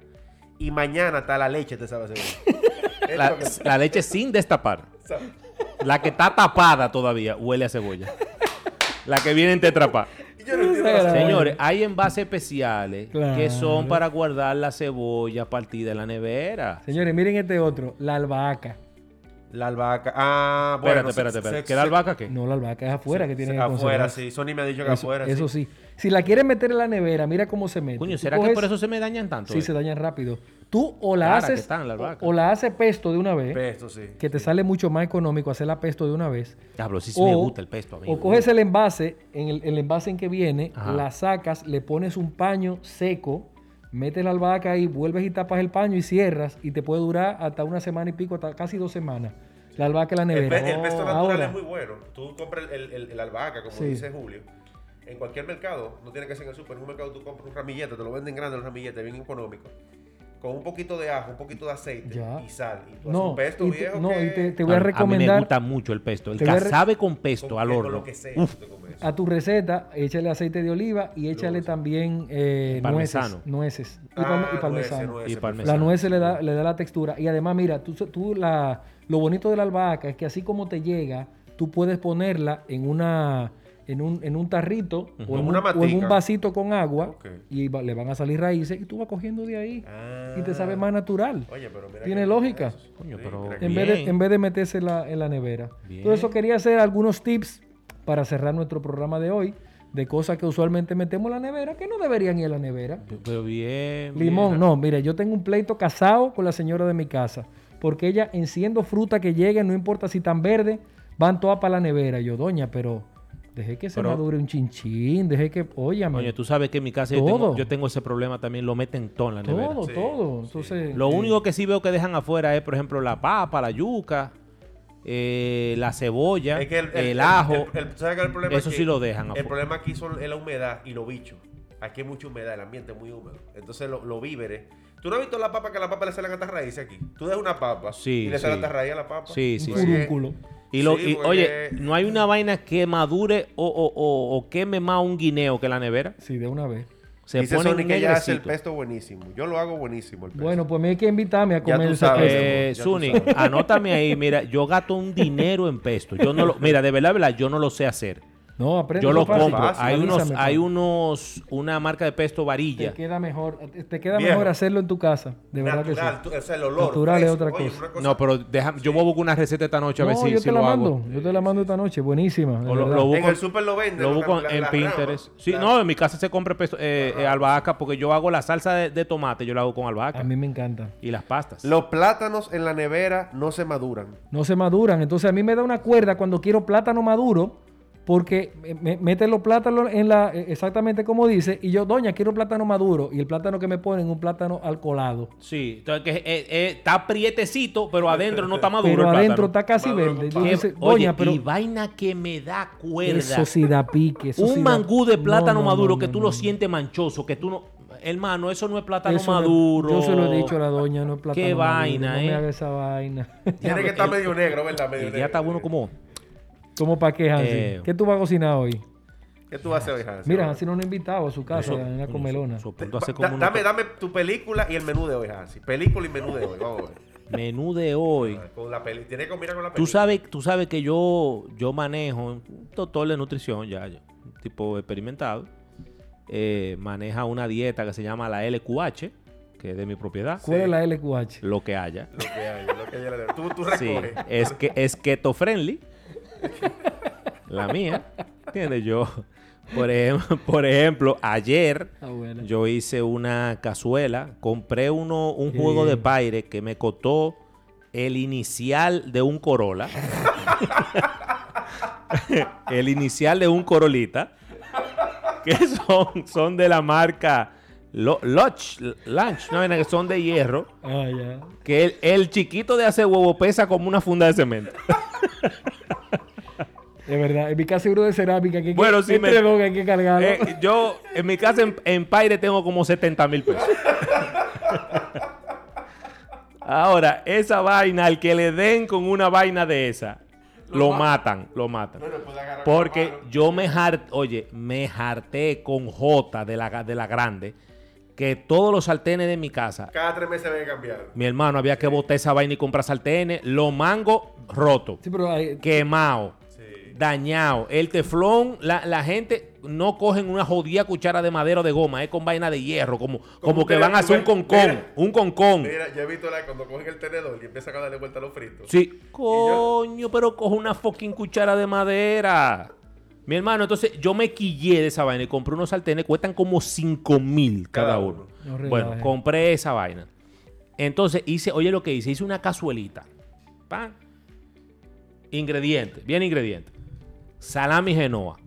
Speaker 3: y mañana hasta la leche te sabe a cebolla. Es
Speaker 5: La,
Speaker 3: lo que-
Speaker 5: la leche sin destapar.
Speaker 3: sabe.
Speaker 5: La que está tapada todavía huele a cebolla. La que viene en tetrapá.
Speaker 3: Y yo no entiendo la cebolla.
Speaker 5: Señores, hay envases especiales que
Speaker 1: Claro.
Speaker 5: son para guardar la cebolla partida en la nevera.
Speaker 1: Señores, miren este otro. La albahaca.
Speaker 3: La albahaca. Ah, bueno.
Speaker 5: espérate, espérate,
Speaker 3: se-
Speaker 5: espérate.
Speaker 3: se-
Speaker 5: ¿Queda
Speaker 3: se-
Speaker 5: albahaca qué?
Speaker 1: No, la albahaca es afuera que tiene que
Speaker 3: Afuera,
Speaker 1: conservarse.
Speaker 3: sí. Sony me ha dicho que
Speaker 1: Eso,
Speaker 3: afuera.
Speaker 1: eso
Speaker 3: sí.
Speaker 1: sí. Si la quieres meter en la nevera, mira cómo se mete.
Speaker 5: Coño,
Speaker 1: Tú
Speaker 5: ¿será que
Speaker 1: coges-
Speaker 5: por eso se me dañan tanto?
Speaker 1: Sí,
Speaker 5: eh?
Speaker 1: se dañan rápido. Tú o la
Speaker 5: Cara que
Speaker 1: haces
Speaker 5: están las vacas.
Speaker 1: o la haces pesto de una vez,
Speaker 3: Pesto, sí.
Speaker 1: que te sale mucho más económico hacer la pesto de una vez.
Speaker 5: Diablo, sí, sí
Speaker 1: o,
Speaker 5: me gusta el pesto a mí.
Speaker 1: o coges el envase, en el, el envase en que viene,
Speaker 5: Ajá.
Speaker 1: la sacas, le pones un paño seco, metes la albahaca ahí, vuelves y tapas el paño y cierras y te puede durar hasta una semana y pico, hasta casi dos semanas. La albahaca en la
Speaker 3: El,
Speaker 1: nevera.
Speaker 3: pe- el pesto natural
Speaker 1: Ahora,
Speaker 3: es muy bueno. Tú compras el, el, el albahaca, como
Speaker 1: Sí.
Speaker 3: dice Julio. En cualquier mercado, no tiene que ser en el super, en un mercado tú compras un ramillete, te lo venden grande los ramilletes, bien económico. Con un poquito de ajo, un poquito de aceite
Speaker 1: Ya.
Speaker 3: y sal. Y tú haces
Speaker 1: no,
Speaker 3: un pesto
Speaker 1: y te,
Speaker 3: viejo
Speaker 1: no,
Speaker 3: que-
Speaker 1: y te, te voy a,
Speaker 5: mí
Speaker 1: recomendar.
Speaker 5: me gusta mucho el pesto. El
Speaker 1: Te voy a re-
Speaker 5: cazabe con
Speaker 3: con-
Speaker 5: pesto al
Speaker 3: con
Speaker 5: horno.
Speaker 3: lo que sea,
Speaker 5: Uf,
Speaker 3: tú te comes eso.
Speaker 1: a tu receta, échale aceite de oliva y échale también eh,
Speaker 5: Parmesano.
Speaker 1: nueces. Nueces. Y,
Speaker 3: Ah,
Speaker 1: palme- y
Speaker 3: nueces,
Speaker 1: parmesano.
Speaker 3: nueces,
Speaker 5: Y parmesano.
Speaker 1: La nuez le da, le da la textura. Y además, mira, tú, tú la, lo bonito de la albahaca es que así como te llega, tú puedes ponerla en una en un, en un tarrito o,
Speaker 3: Como
Speaker 1: en
Speaker 3: una
Speaker 1: un, o en un
Speaker 3: matica.
Speaker 1: vasito con agua
Speaker 3: Ok.
Speaker 1: y va- le van a salir raíces y tú vas cogiendo de ahí
Speaker 3: Ah.
Speaker 1: y te sabe más natural.
Speaker 3: Oye, pero mira
Speaker 1: Tiene
Speaker 3: que-
Speaker 1: lógica.
Speaker 3: eso sí.
Speaker 5: Coño,
Speaker 3: Sí,
Speaker 5: pero-
Speaker 3: mira que-
Speaker 1: En vez, de,
Speaker 5: Bien.
Speaker 1: en vez de meterse en la, en la nevera.
Speaker 5: Bien.
Speaker 1: Por eso quería hacer algunos tips para cerrar nuestro programa de hoy. de cosas que usualmente metemos en la nevera que no deberían ir a la nevera.
Speaker 2: Pero bien.
Speaker 1: Limón, no, mire, yo tengo un pleito casado con la señora de mi casa, porque ella enciendo fruta que llegue, no importa si tan verde, van todas para la nevera. Yo, doña, pero dejé que se
Speaker 2: Pero-
Speaker 1: madure un chinchín, dejé que, óyame,
Speaker 2: Coño, tú sabes que en mi casa yo
Speaker 1: Todo.
Speaker 2: tengo, yo tengo ese problema también. Lo meten todo en la nevera.
Speaker 1: todo, todo. Entonces,
Speaker 2: Lo único que sí veo que dejan afuera es, por ejemplo, la papa, la yuca, eh, la cebolla,
Speaker 3: Es que
Speaker 2: el, ajo.
Speaker 3: el- el- ¿sabes cuál es el problema?
Speaker 2: Eso
Speaker 3: Que
Speaker 2: sí lo dejan
Speaker 3: El
Speaker 2: afuera.
Speaker 3: problema aquí son, es la humedad y los bichos. Aquí hay mucha humedad, el ambiente es muy húmedo. Entonces lo- los víveres. ¿Tú no has visto la papa que a la papa le salen hasta raíces aquí? Tú dejas una papa
Speaker 2: Sí,
Speaker 3: y le salen
Speaker 2: sí.
Speaker 3: hasta raíz a la papa.
Speaker 2: Sí, sí,
Speaker 1: un
Speaker 3: Porque-
Speaker 2: sí.
Speaker 1: furúnculo.
Speaker 2: Y, lo,
Speaker 3: Sí,
Speaker 2: y,
Speaker 3: porque-
Speaker 2: oye, no hay una vaina que madure o, o- o- o queme más un guineo que la nevera.
Speaker 1: Sí, de una vez.
Speaker 2: Se
Speaker 3: Dice
Speaker 2: pone
Speaker 3: Sony que ella hace el
Speaker 2: negrecito.
Speaker 3: pesto buenísimo. Yo lo hago buenísimo el pesto.
Speaker 1: Bueno, pues me hay que invitarme a
Speaker 3: Ya
Speaker 1: comer
Speaker 3: tú
Speaker 1: esa
Speaker 3: sabes.
Speaker 1: cosa.
Speaker 2: Eh,
Speaker 3: Ya tú
Speaker 2: Zuni,
Speaker 3: sabes.
Speaker 2: anótame ahí, mira, yo gasto un dinero en pesto. Yo no lo, mira, de verdad, de verdad, yo no lo sé hacer.
Speaker 1: No, aprende.
Speaker 2: Yo
Speaker 1: eso
Speaker 2: lo
Speaker 1: es fácil.
Speaker 2: compro.
Speaker 3: Fácil.
Speaker 2: Hay unos,
Speaker 1: Avísame,
Speaker 2: hay
Speaker 1: pa.
Speaker 2: unos, una marca de pesto
Speaker 1: Te
Speaker 2: varilla.
Speaker 1: queda mejor, te queda
Speaker 3: Viejo.
Speaker 1: mejor hacerlo en tu casa. De verdad que sí.
Speaker 3: natural, tú- o sea, el olor.
Speaker 1: Natural es
Speaker 3: fresco.
Speaker 1: otra
Speaker 3: Oye,
Speaker 1: cosa.
Speaker 3: una
Speaker 2: No, pero déjame, yo voy a buscar una receta esta noche a ver
Speaker 1: No,
Speaker 2: si,
Speaker 1: yo
Speaker 2: si
Speaker 1: te la
Speaker 2: lo
Speaker 1: mando.
Speaker 2: hago.
Speaker 1: Yo te la mando esta noche. Buenísima. de
Speaker 2: O lo-
Speaker 1: verdad.
Speaker 2: lo
Speaker 3: En
Speaker 2: busco-
Speaker 3: el súper lo venden.
Speaker 2: Lo
Speaker 3: la-
Speaker 2: busco
Speaker 3: la-
Speaker 2: en
Speaker 3: la
Speaker 2: Pinterest.
Speaker 3: rama.
Speaker 2: Sí,
Speaker 3: La-
Speaker 2: no, en mi casa se compra pesto, eh, eh, albahaca porque yo hago la salsa de, de tomate, yo la hago con
Speaker 1: A
Speaker 2: albahaca
Speaker 1: mí me encanta.
Speaker 2: y las pastas.
Speaker 3: Los plátanos en la nevera no se maduran.
Speaker 1: No se maduran. Entonces a mí me da una cuerda cuando quiero plátano maduro. Porque me- me- meten los plátanos en la. eh, Exactamente como dice. Y yo, doña, quiero plátano maduro. Y el plátano que me ponen, un plátano alcoholado.
Speaker 2: Sí, entonces que, eh, eh, está prietecito, pero adentro no está maduro el
Speaker 1: pero
Speaker 2: plátano.
Speaker 1: adentro está casi
Speaker 3: Maduro,
Speaker 1: verde. Yo
Speaker 3: compadre.
Speaker 1: dice,
Speaker 2: Oye,
Speaker 1: doña, pero.
Speaker 2: y vaina que me da cuerda.
Speaker 1: Eso sí da pique. eso
Speaker 2: un
Speaker 1: sí da-
Speaker 2: mangú de
Speaker 1: No,
Speaker 2: plátano
Speaker 1: no,
Speaker 2: maduro
Speaker 1: no,
Speaker 2: que
Speaker 1: no,
Speaker 2: tú
Speaker 1: no.
Speaker 2: lo sientes manchoso, que tú no... Hermano, eso no es plátano
Speaker 1: Eso no-
Speaker 2: maduro.
Speaker 1: Yo se lo he dicho a la doña, no es plátano.
Speaker 2: Qué
Speaker 1: maduro,
Speaker 2: vaina,
Speaker 1: no
Speaker 2: eh.
Speaker 1: me haga esa vaina.
Speaker 3: Tiene que estar medio negro, ¿verdad? Medio
Speaker 2: El
Speaker 3: negro.
Speaker 2: día está bueno como...
Speaker 1: ¿Cómo pa' qué, Hansi?
Speaker 2: Eh.
Speaker 1: ¿Qué tú vas a cocinar hoy?
Speaker 3: ¿Qué tú haces hoy, Hans?
Speaker 1: Mira, Hansi no nos ha invitado a su casa,
Speaker 2: Eso-
Speaker 1: en una comelona.
Speaker 2: So- so-
Speaker 3: Da-
Speaker 2: punto hace
Speaker 3: da-
Speaker 2: como una-
Speaker 3: dame, dame tu película y el menú de hoy, Hansi. Película y menú de hoy. Vamos a ver. Ah,
Speaker 2: Menú de hoy.
Speaker 3: Con la peli. Tiene que combinar con la
Speaker 2: Tú
Speaker 3: película.
Speaker 2: sabes, tú sabes que yo, yo manejo un doctor de nutrición, ya, ya, un tipo experimentado. eh, maneja una dieta que se llama la LQH, que es de mi propiedad.
Speaker 1: ¿Cuál es la LQH?
Speaker 2: Lo que haya.
Speaker 3: Lo que hay, lo que hay en la nevera. Tú, tú
Speaker 2: Sí,
Speaker 3: recoges.
Speaker 2: es, que, es keto friendly. La mía. ¿Entiendes? Yo, por ejemplo, por ejemplo ayer
Speaker 1: Abuela.
Speaker 2: yo hice una cazuela. Compré uno, un
Speaker 1: Qué
Speaker 2: juego de
Speaker 1: bien.
Speaker 2: paire que me costó el inicial de un Corolla. el inicial de un Corolita. Que son, son de la marca Lo- Lunch, Lunch, no, que son de hierro.
Speaker 1: Ah, ya.
Speaker 2: Que el, el chiquito de hace huevo pesa como una funda de cemento.
Speaker 1: Es verdad, en mi casa hay uno de cerámica que hay que-
Speaker 2: Bueno, sí,
Speaker 1: entre
Speaker 2: me-
Speaker 1: dos que hay que cargarlo.
Speaker 2: Eh, yo, en mi casa, en, en Paire, tengo como 70 mil pesos. Ahora, esa vaina, al que le den con una vaina de esa, lo, matan, lo matan.
Speaker 3: Bueno, pues agarra con la
Speaker 2: Porque
Speaker 3: mano.
Speaker 2: yo me harté, oye, me harté con J de la, ga- de la grande, que todos los sartenes de mi casa,
Speaker 3: Cada tres meses debe cambiar.
Speaker 2: mi hermano, había que botar esa vaina y comprar sartenes, los mangos rotos.
Speaker 1: Sí, pero hay-
Speaker 2: quemado,
Speaker 3: Sí.
Speaker 2: dañado. El teflón, la, la gente no cogen una jodida cuchara de madera o de goma, es con vaina de hierro, como, como, que
Speaker 3: mira,
Speaker 2: van a hacer un
Speaker 3: mira,
Speaker 2: concón,
Speaker 3: mira.
Speaker 2: un concón.
Speaker 3: Mira, yo he visto la, cuando cogen el tenedor y empiezan a darle vuelta a los fritos.
Speaker 2: Sí. Coño, pero cojo una fucking cuchara de madera. Mi hermano, entonces yo me quillé de esa vaina y compré unos sartenes, cuestan como 5 mil cada,
Speaker 3: Cada
Speaker 2: uno.
Speaker 3: uno.
Speaker 1: No relajes.
Speaker 2: bueno, compré esa vaina. Entonces hice, oye lo que hice, hice una cazuelita. Pan. Ingrediente, bien ingrediente. Salami Genoa,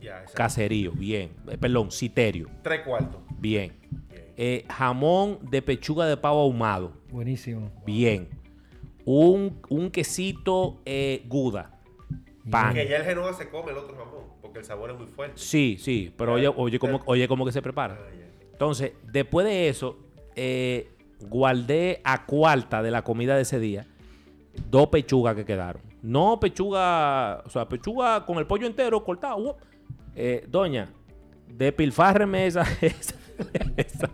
Speaker 3: Ya, esa-
Speaker 2: caserío, bien. Eh, perdón, citerio,
Speaker 3: Tres cuartos.
Speaker 2: bien. Eh, jamón de pechuga de pavo ahumado,
Speaker 1: Buenísimo.
Speaker 2: Bien. Un, un quesito eh, Gouda. Pan.
Speaker 3: Que ya el genoa se come el otro jamón, porque el sabor es muy fuerte. Ah,
Speaker 2: Sí, sí, pero oye, oye, cómo, oye cómo que se prepara. Entonces, después de eso, eh, guardé a cuarta de la comida de ese día dos pechugas que quedaron. No pechuga, o sea, pechuga con el pollo entero cortado. uop. Eh, doña, despilfárreme esa, esa, esa,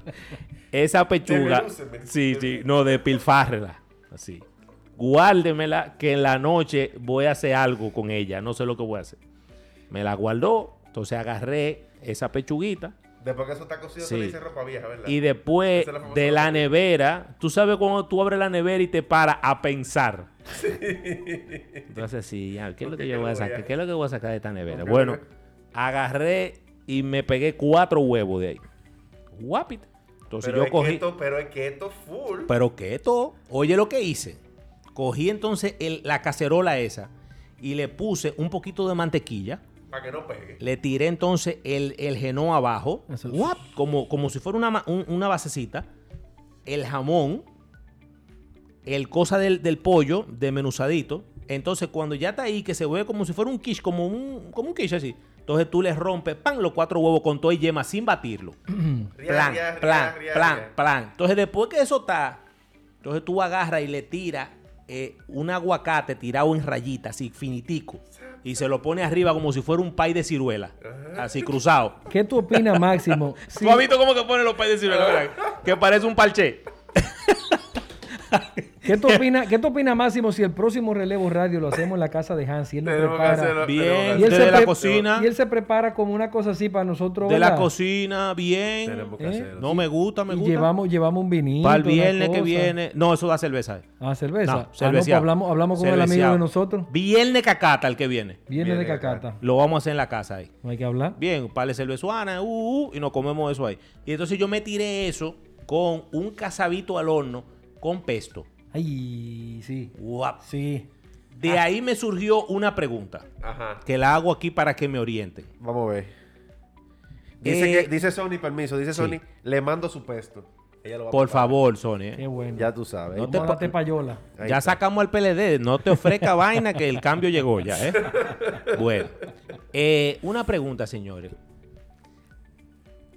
Speaker 2: esa pechuga.
Speaker 3: Desmenúceme.
Speaker 2: Sí, sí, no, despilfárrela. Así. Guárdemela que en la noche voy a hacer algo con ella. No sé lo que voy a hacer. Me la guardó. Entonces agarré esa pechuguita.
Speaker 3: Después que eso está cocido, se
Speaker 2: Sí.
Speaker 3: le dice ropa vieja, ¿verdad?
Speaker 2: Y después
Speaker 3: Esa es la famosa
Speaker 2: de la
Speaker 3: ropa.
Speaker 2: nevera, tú sabes cuando tú abres la nevera y te paras a pensar. Entonces, sí, ya, ¿qué es lo
Speaker 3: ¿Por
Speaker 2: que
Speaker 3: qué
Speaker 2: yo voy a
Speaker 3: voy a-
Speaker 2: sacar? ¿Qué es lo que voy a sacar de esta nevera?
Speaker 3: ¿Por qué
Speaker 2: Bueno,
Speaker 3: voy
Speaker 2: agarré
Speaker 6: y me pegué cuatro huevos de ahí. Guapit. Entonces
Speaker 3: Pero,
Speaker 6: yo
Speaker 3: es
Speaker 6: cogí.
Speaker 3: que esto, pero es que esto full.
Speaker 2: Pero que esto, oye lo que hice. Cogí entonces el- la cacerola esa y le puse un poquito de mantequilla.
Speaker 3: Para que no pegue.
Speaker 2: Le tiré entonces el, el genó abajo.
Speaker 1: Eso.
Speaker 2: Guap, Como, como si fuera una, ma- un- una basecita. El jamón. El cosa del, del pollo desmenuzadito. Entonces, cuando ya está ahí, que se ve como si fuera un quiche, como un, como un quiche así. Entonces tú les rompes, pan, los cuatro huevos con todo y yema sin batirlo.
Speaker 3: Ría,
Speaker 2: plan,
Speaker 3: ría, ría,
Speaker 2: plan,
Speaker 3: ría,
Speaker 2: plan,
Speaker 3: ría.
Speaker 2: plan. Entonces, después que eso está, entonces tú agarras y le tiras eh, un aguacate tirado en rayitas, así finitico, y se lo pone arriba como si fuera un pay de ciruela,
Speaker 1: Ah.
Speaker 2: así cruzado.
Speaker 1: ¿Qué tú opinas, Máximo? Si-
Speaker 6: ¿Tú has visto cómo que ponen los países de ciruela, verdad? Que parece un parche.
Speaker 1: ¿Qué tú opinas, qué tú opinas, Máximo, si el próximo relevo radio lo hacemos en la casa de Hans y él lo
Speaker 3: Tenemos que
Speaker 1: prepara?
Speaker 3: hacerlo.
Speaker 6: Bien,
Speaker 1: Y él
Speaker 6: desde
Speaker 1: se
Speaker 6: la
Speaker 1: pre-
Speaker 6: cocina,
Speaker 1: Y él se prepara como una cosa así para nosotros.
Speaker 6: de la
Speaker 1: ¿verdad?
Speaker 6: cocina, bien.
Speaker 3: Tenemos que
Speaker 1: ¿Eh?
Speaker 3: hacerlo.
Speaker 2: No me gusta, me
Speaker 1: Y
Speaker 2: gusta.
Speaker 1: llevamos, llevamos un vinito.
Speaker 6: Para el
Speaker 1: una
Speaker 6: viernes que
Speaker 1: cosa.
Speaker 6: viene. No, eso da cerveza. eh.
Speaker 1: Ah, cerveza.
Speaker 6: No,
Speaker 1: Ah, no, pues
Speaker 6: cerveceado.
Speaker 1: hablamos, hablamos con el amigo
Speaker 6: Cerveceado.
Speaker 1: de nosotros.
Speaker 2: Viernes cacata el que viene.
Speaker 1: Viene de
Speaker 3: Viene de acá.
Speaker 1: cacata.
Speaker 2: Lo vamos a hacer en la casa ahí.
Speaker 1: No hay que hablar.
Speaker 2: Bien, un par de cervezuanas, uh, uh, y nos comemos eso ahí. Y entonces yo me tiré eso con un casabito al horno con pesto.
Speaker 1: Ay, sí.
Speaker 2: Guap.
Speaker 1: Sí.
Speaker 2: De ahí me surgió una pregunta
Speaker 3: Ajá.
Speaker 2: que la hago aquí para que me orienten.
Speaker 3: Vamos a ver. Dice,
Speaker 2: Eh,
Speaker 3: que, dice Sony, permiso, dice
Speaker 2: sí.
Speaker 3: Sony, le mando su pesto. Ella lo va a
Speaker 2: Por
Speaker 3: preparar.
Speaker 2: favor, Sony. ¿eh?
Speaker 1: Qué bueno.
Speaker 3: Ya tú sabes.
Speaker 2: No
Speaker 1: Vamos
Speaker 2: te
Speaker 1: a
Speaker 2: pa-
Speaker 1: darte payola.
Speaker 3: Ahí
Speaker 2: Ya
Speaker 3: está.
Speaker 2: sacamos al PLD. No te ofrezca vaina que el cambio llegó ya. ¿eh? Bueno, eh, una pregunta, señores.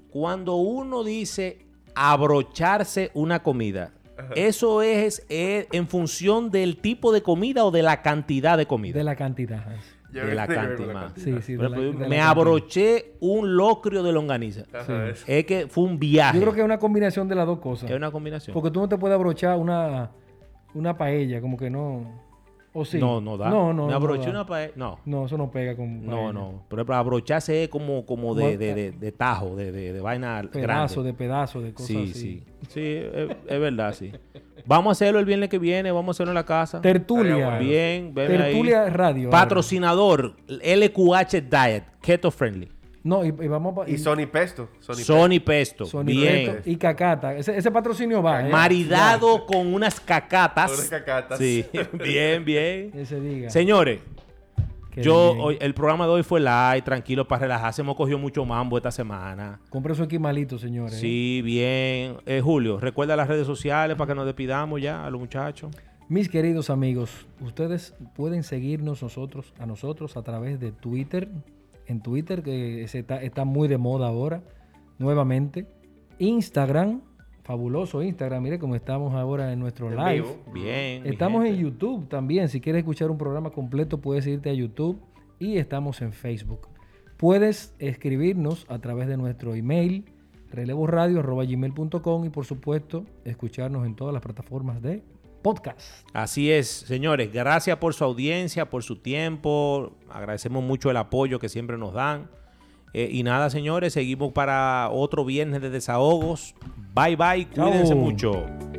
Speaker 2: Cuando uno dice abrocharse una comida, ¿eso es, eh, en función del tipo de comida o de la cantidad de comida?
Speaker 1: De la cantidad, Hans.
Speaker 3: Yo
Speaker 2: de la
Speaker 3: creo que
Speaker 2: cantidad.
Speaker 1: Sí, sí. de
Speaker 2: Por ejemplo,
Speaker 1: la- de la
Speaker 2: pues, me
Speaker 1: cantidad.
Speaker 2: abroché un locrio de longaniza.
Speaker 3: Ajá, eso.
Speaker 2: Es que fue un viaje.
Speaker 1: Yo creo que es una combinación de las dos cosas.
Speaker 2: es una combinación.
Speaker 1: Porque tú no te puedes abrochar una, una paella, como que no. O sí.
Speaker 2: No, no da.
Speaker 1: No, no.
Speaker 2: Me
Speaker 1: no
Speaker 2: abroché
Speaker 1: da.
Speaker 2: una paella. No,
Speaker 1: No, eso no pega con.
Speaker 2: no,
Speaker 1: paella.
Speaker 2: no. Pero para abrocharse es como, como de, de, de- de tajo, de, de- de vaina
Speaker 1: Pedazo
Speaker 2: grande.
Speaker 1: de pedazo de cosas
Speaker 2: sí,
Speaker 1: así.
Speaker 2: sí. Sí, es, es verdad, sí. Vamos a hacerlo el viernes que viene, vamos a hacerlo en la casa.
Speaker 1: Tertulia.
Speaker 3: Estaría
Speaker 2: Bien, ven ahí.
Speaker 1: Tertulia Radio.
Speaker 2: Patrocinador, LQH Diet, Keto Friendly.
Speaker 1: No, y, y vamos pa-
Speaker 3: Y Sony Pesto. Sony Pesto.
Speaker 2: Sony Pesto.
Speaker 1: Sony
Speaker 2: bien.
Speaker 1: Reto y Cacata. Ese, ese patrocinio va. ¿eh?
Speaker 2: Maridado con unas cacatas.
Speaker 3: Unas cacatas.
Speaker 2: Sí, bien,
Speaker 1: Ya,
Speaker 2: bien.
Speaker 1: Ese diga.
Speaker 2: Señores,
Speaker 1: Qué
Speaker 2: yo
Speaker 1: bien.
Speaker 2: hoy, el programa de hoy fue live, tranquilo, para relajarse. Hemos cogido mucho mambo esta semana.
Speaker 1: Compré su equimalito, señores.
Speaker 2: Sí, bien. Eh, Julio, recuerda las redes sociales para que nos despidamos ya a los muchachos.
Speaker 1: Mis queridos amigos, ustedes pueden seguirnos nosotros, a nosotros a través de Twitter, en Twitter que se está, está muy de moda ahora, nuevamente. Instagram, fabuloso Instagram, mire cómo estamos ahora en nuestro
Speaker 3: En
Speaker 1: live.
Speaker 3: vivo.
Speaker 2: Bien. mi
Speaker 1: Estamos en
Speaker 2: gente.
Speaker 1: YouTube también. Si quieres escuchar un programa completo, puedes irte a YouTube. Y estamos en Facebook. Puedes escribirnos a través de nuestro email, relevoradio.gmail.com y por supuesto, escucharnos en todas las plataformas de podcast.
Speaker 2: Así es, señores. Gracias por su audiencia, por su tiempo. Agradecemos mucho el apoyo que siempre nos dan. Eh, y nada, señores, seguimos para otro viernes de desahogos. Bye, bye.
Speaker 1: Chao.
Speaker 2: Cuídense mucho.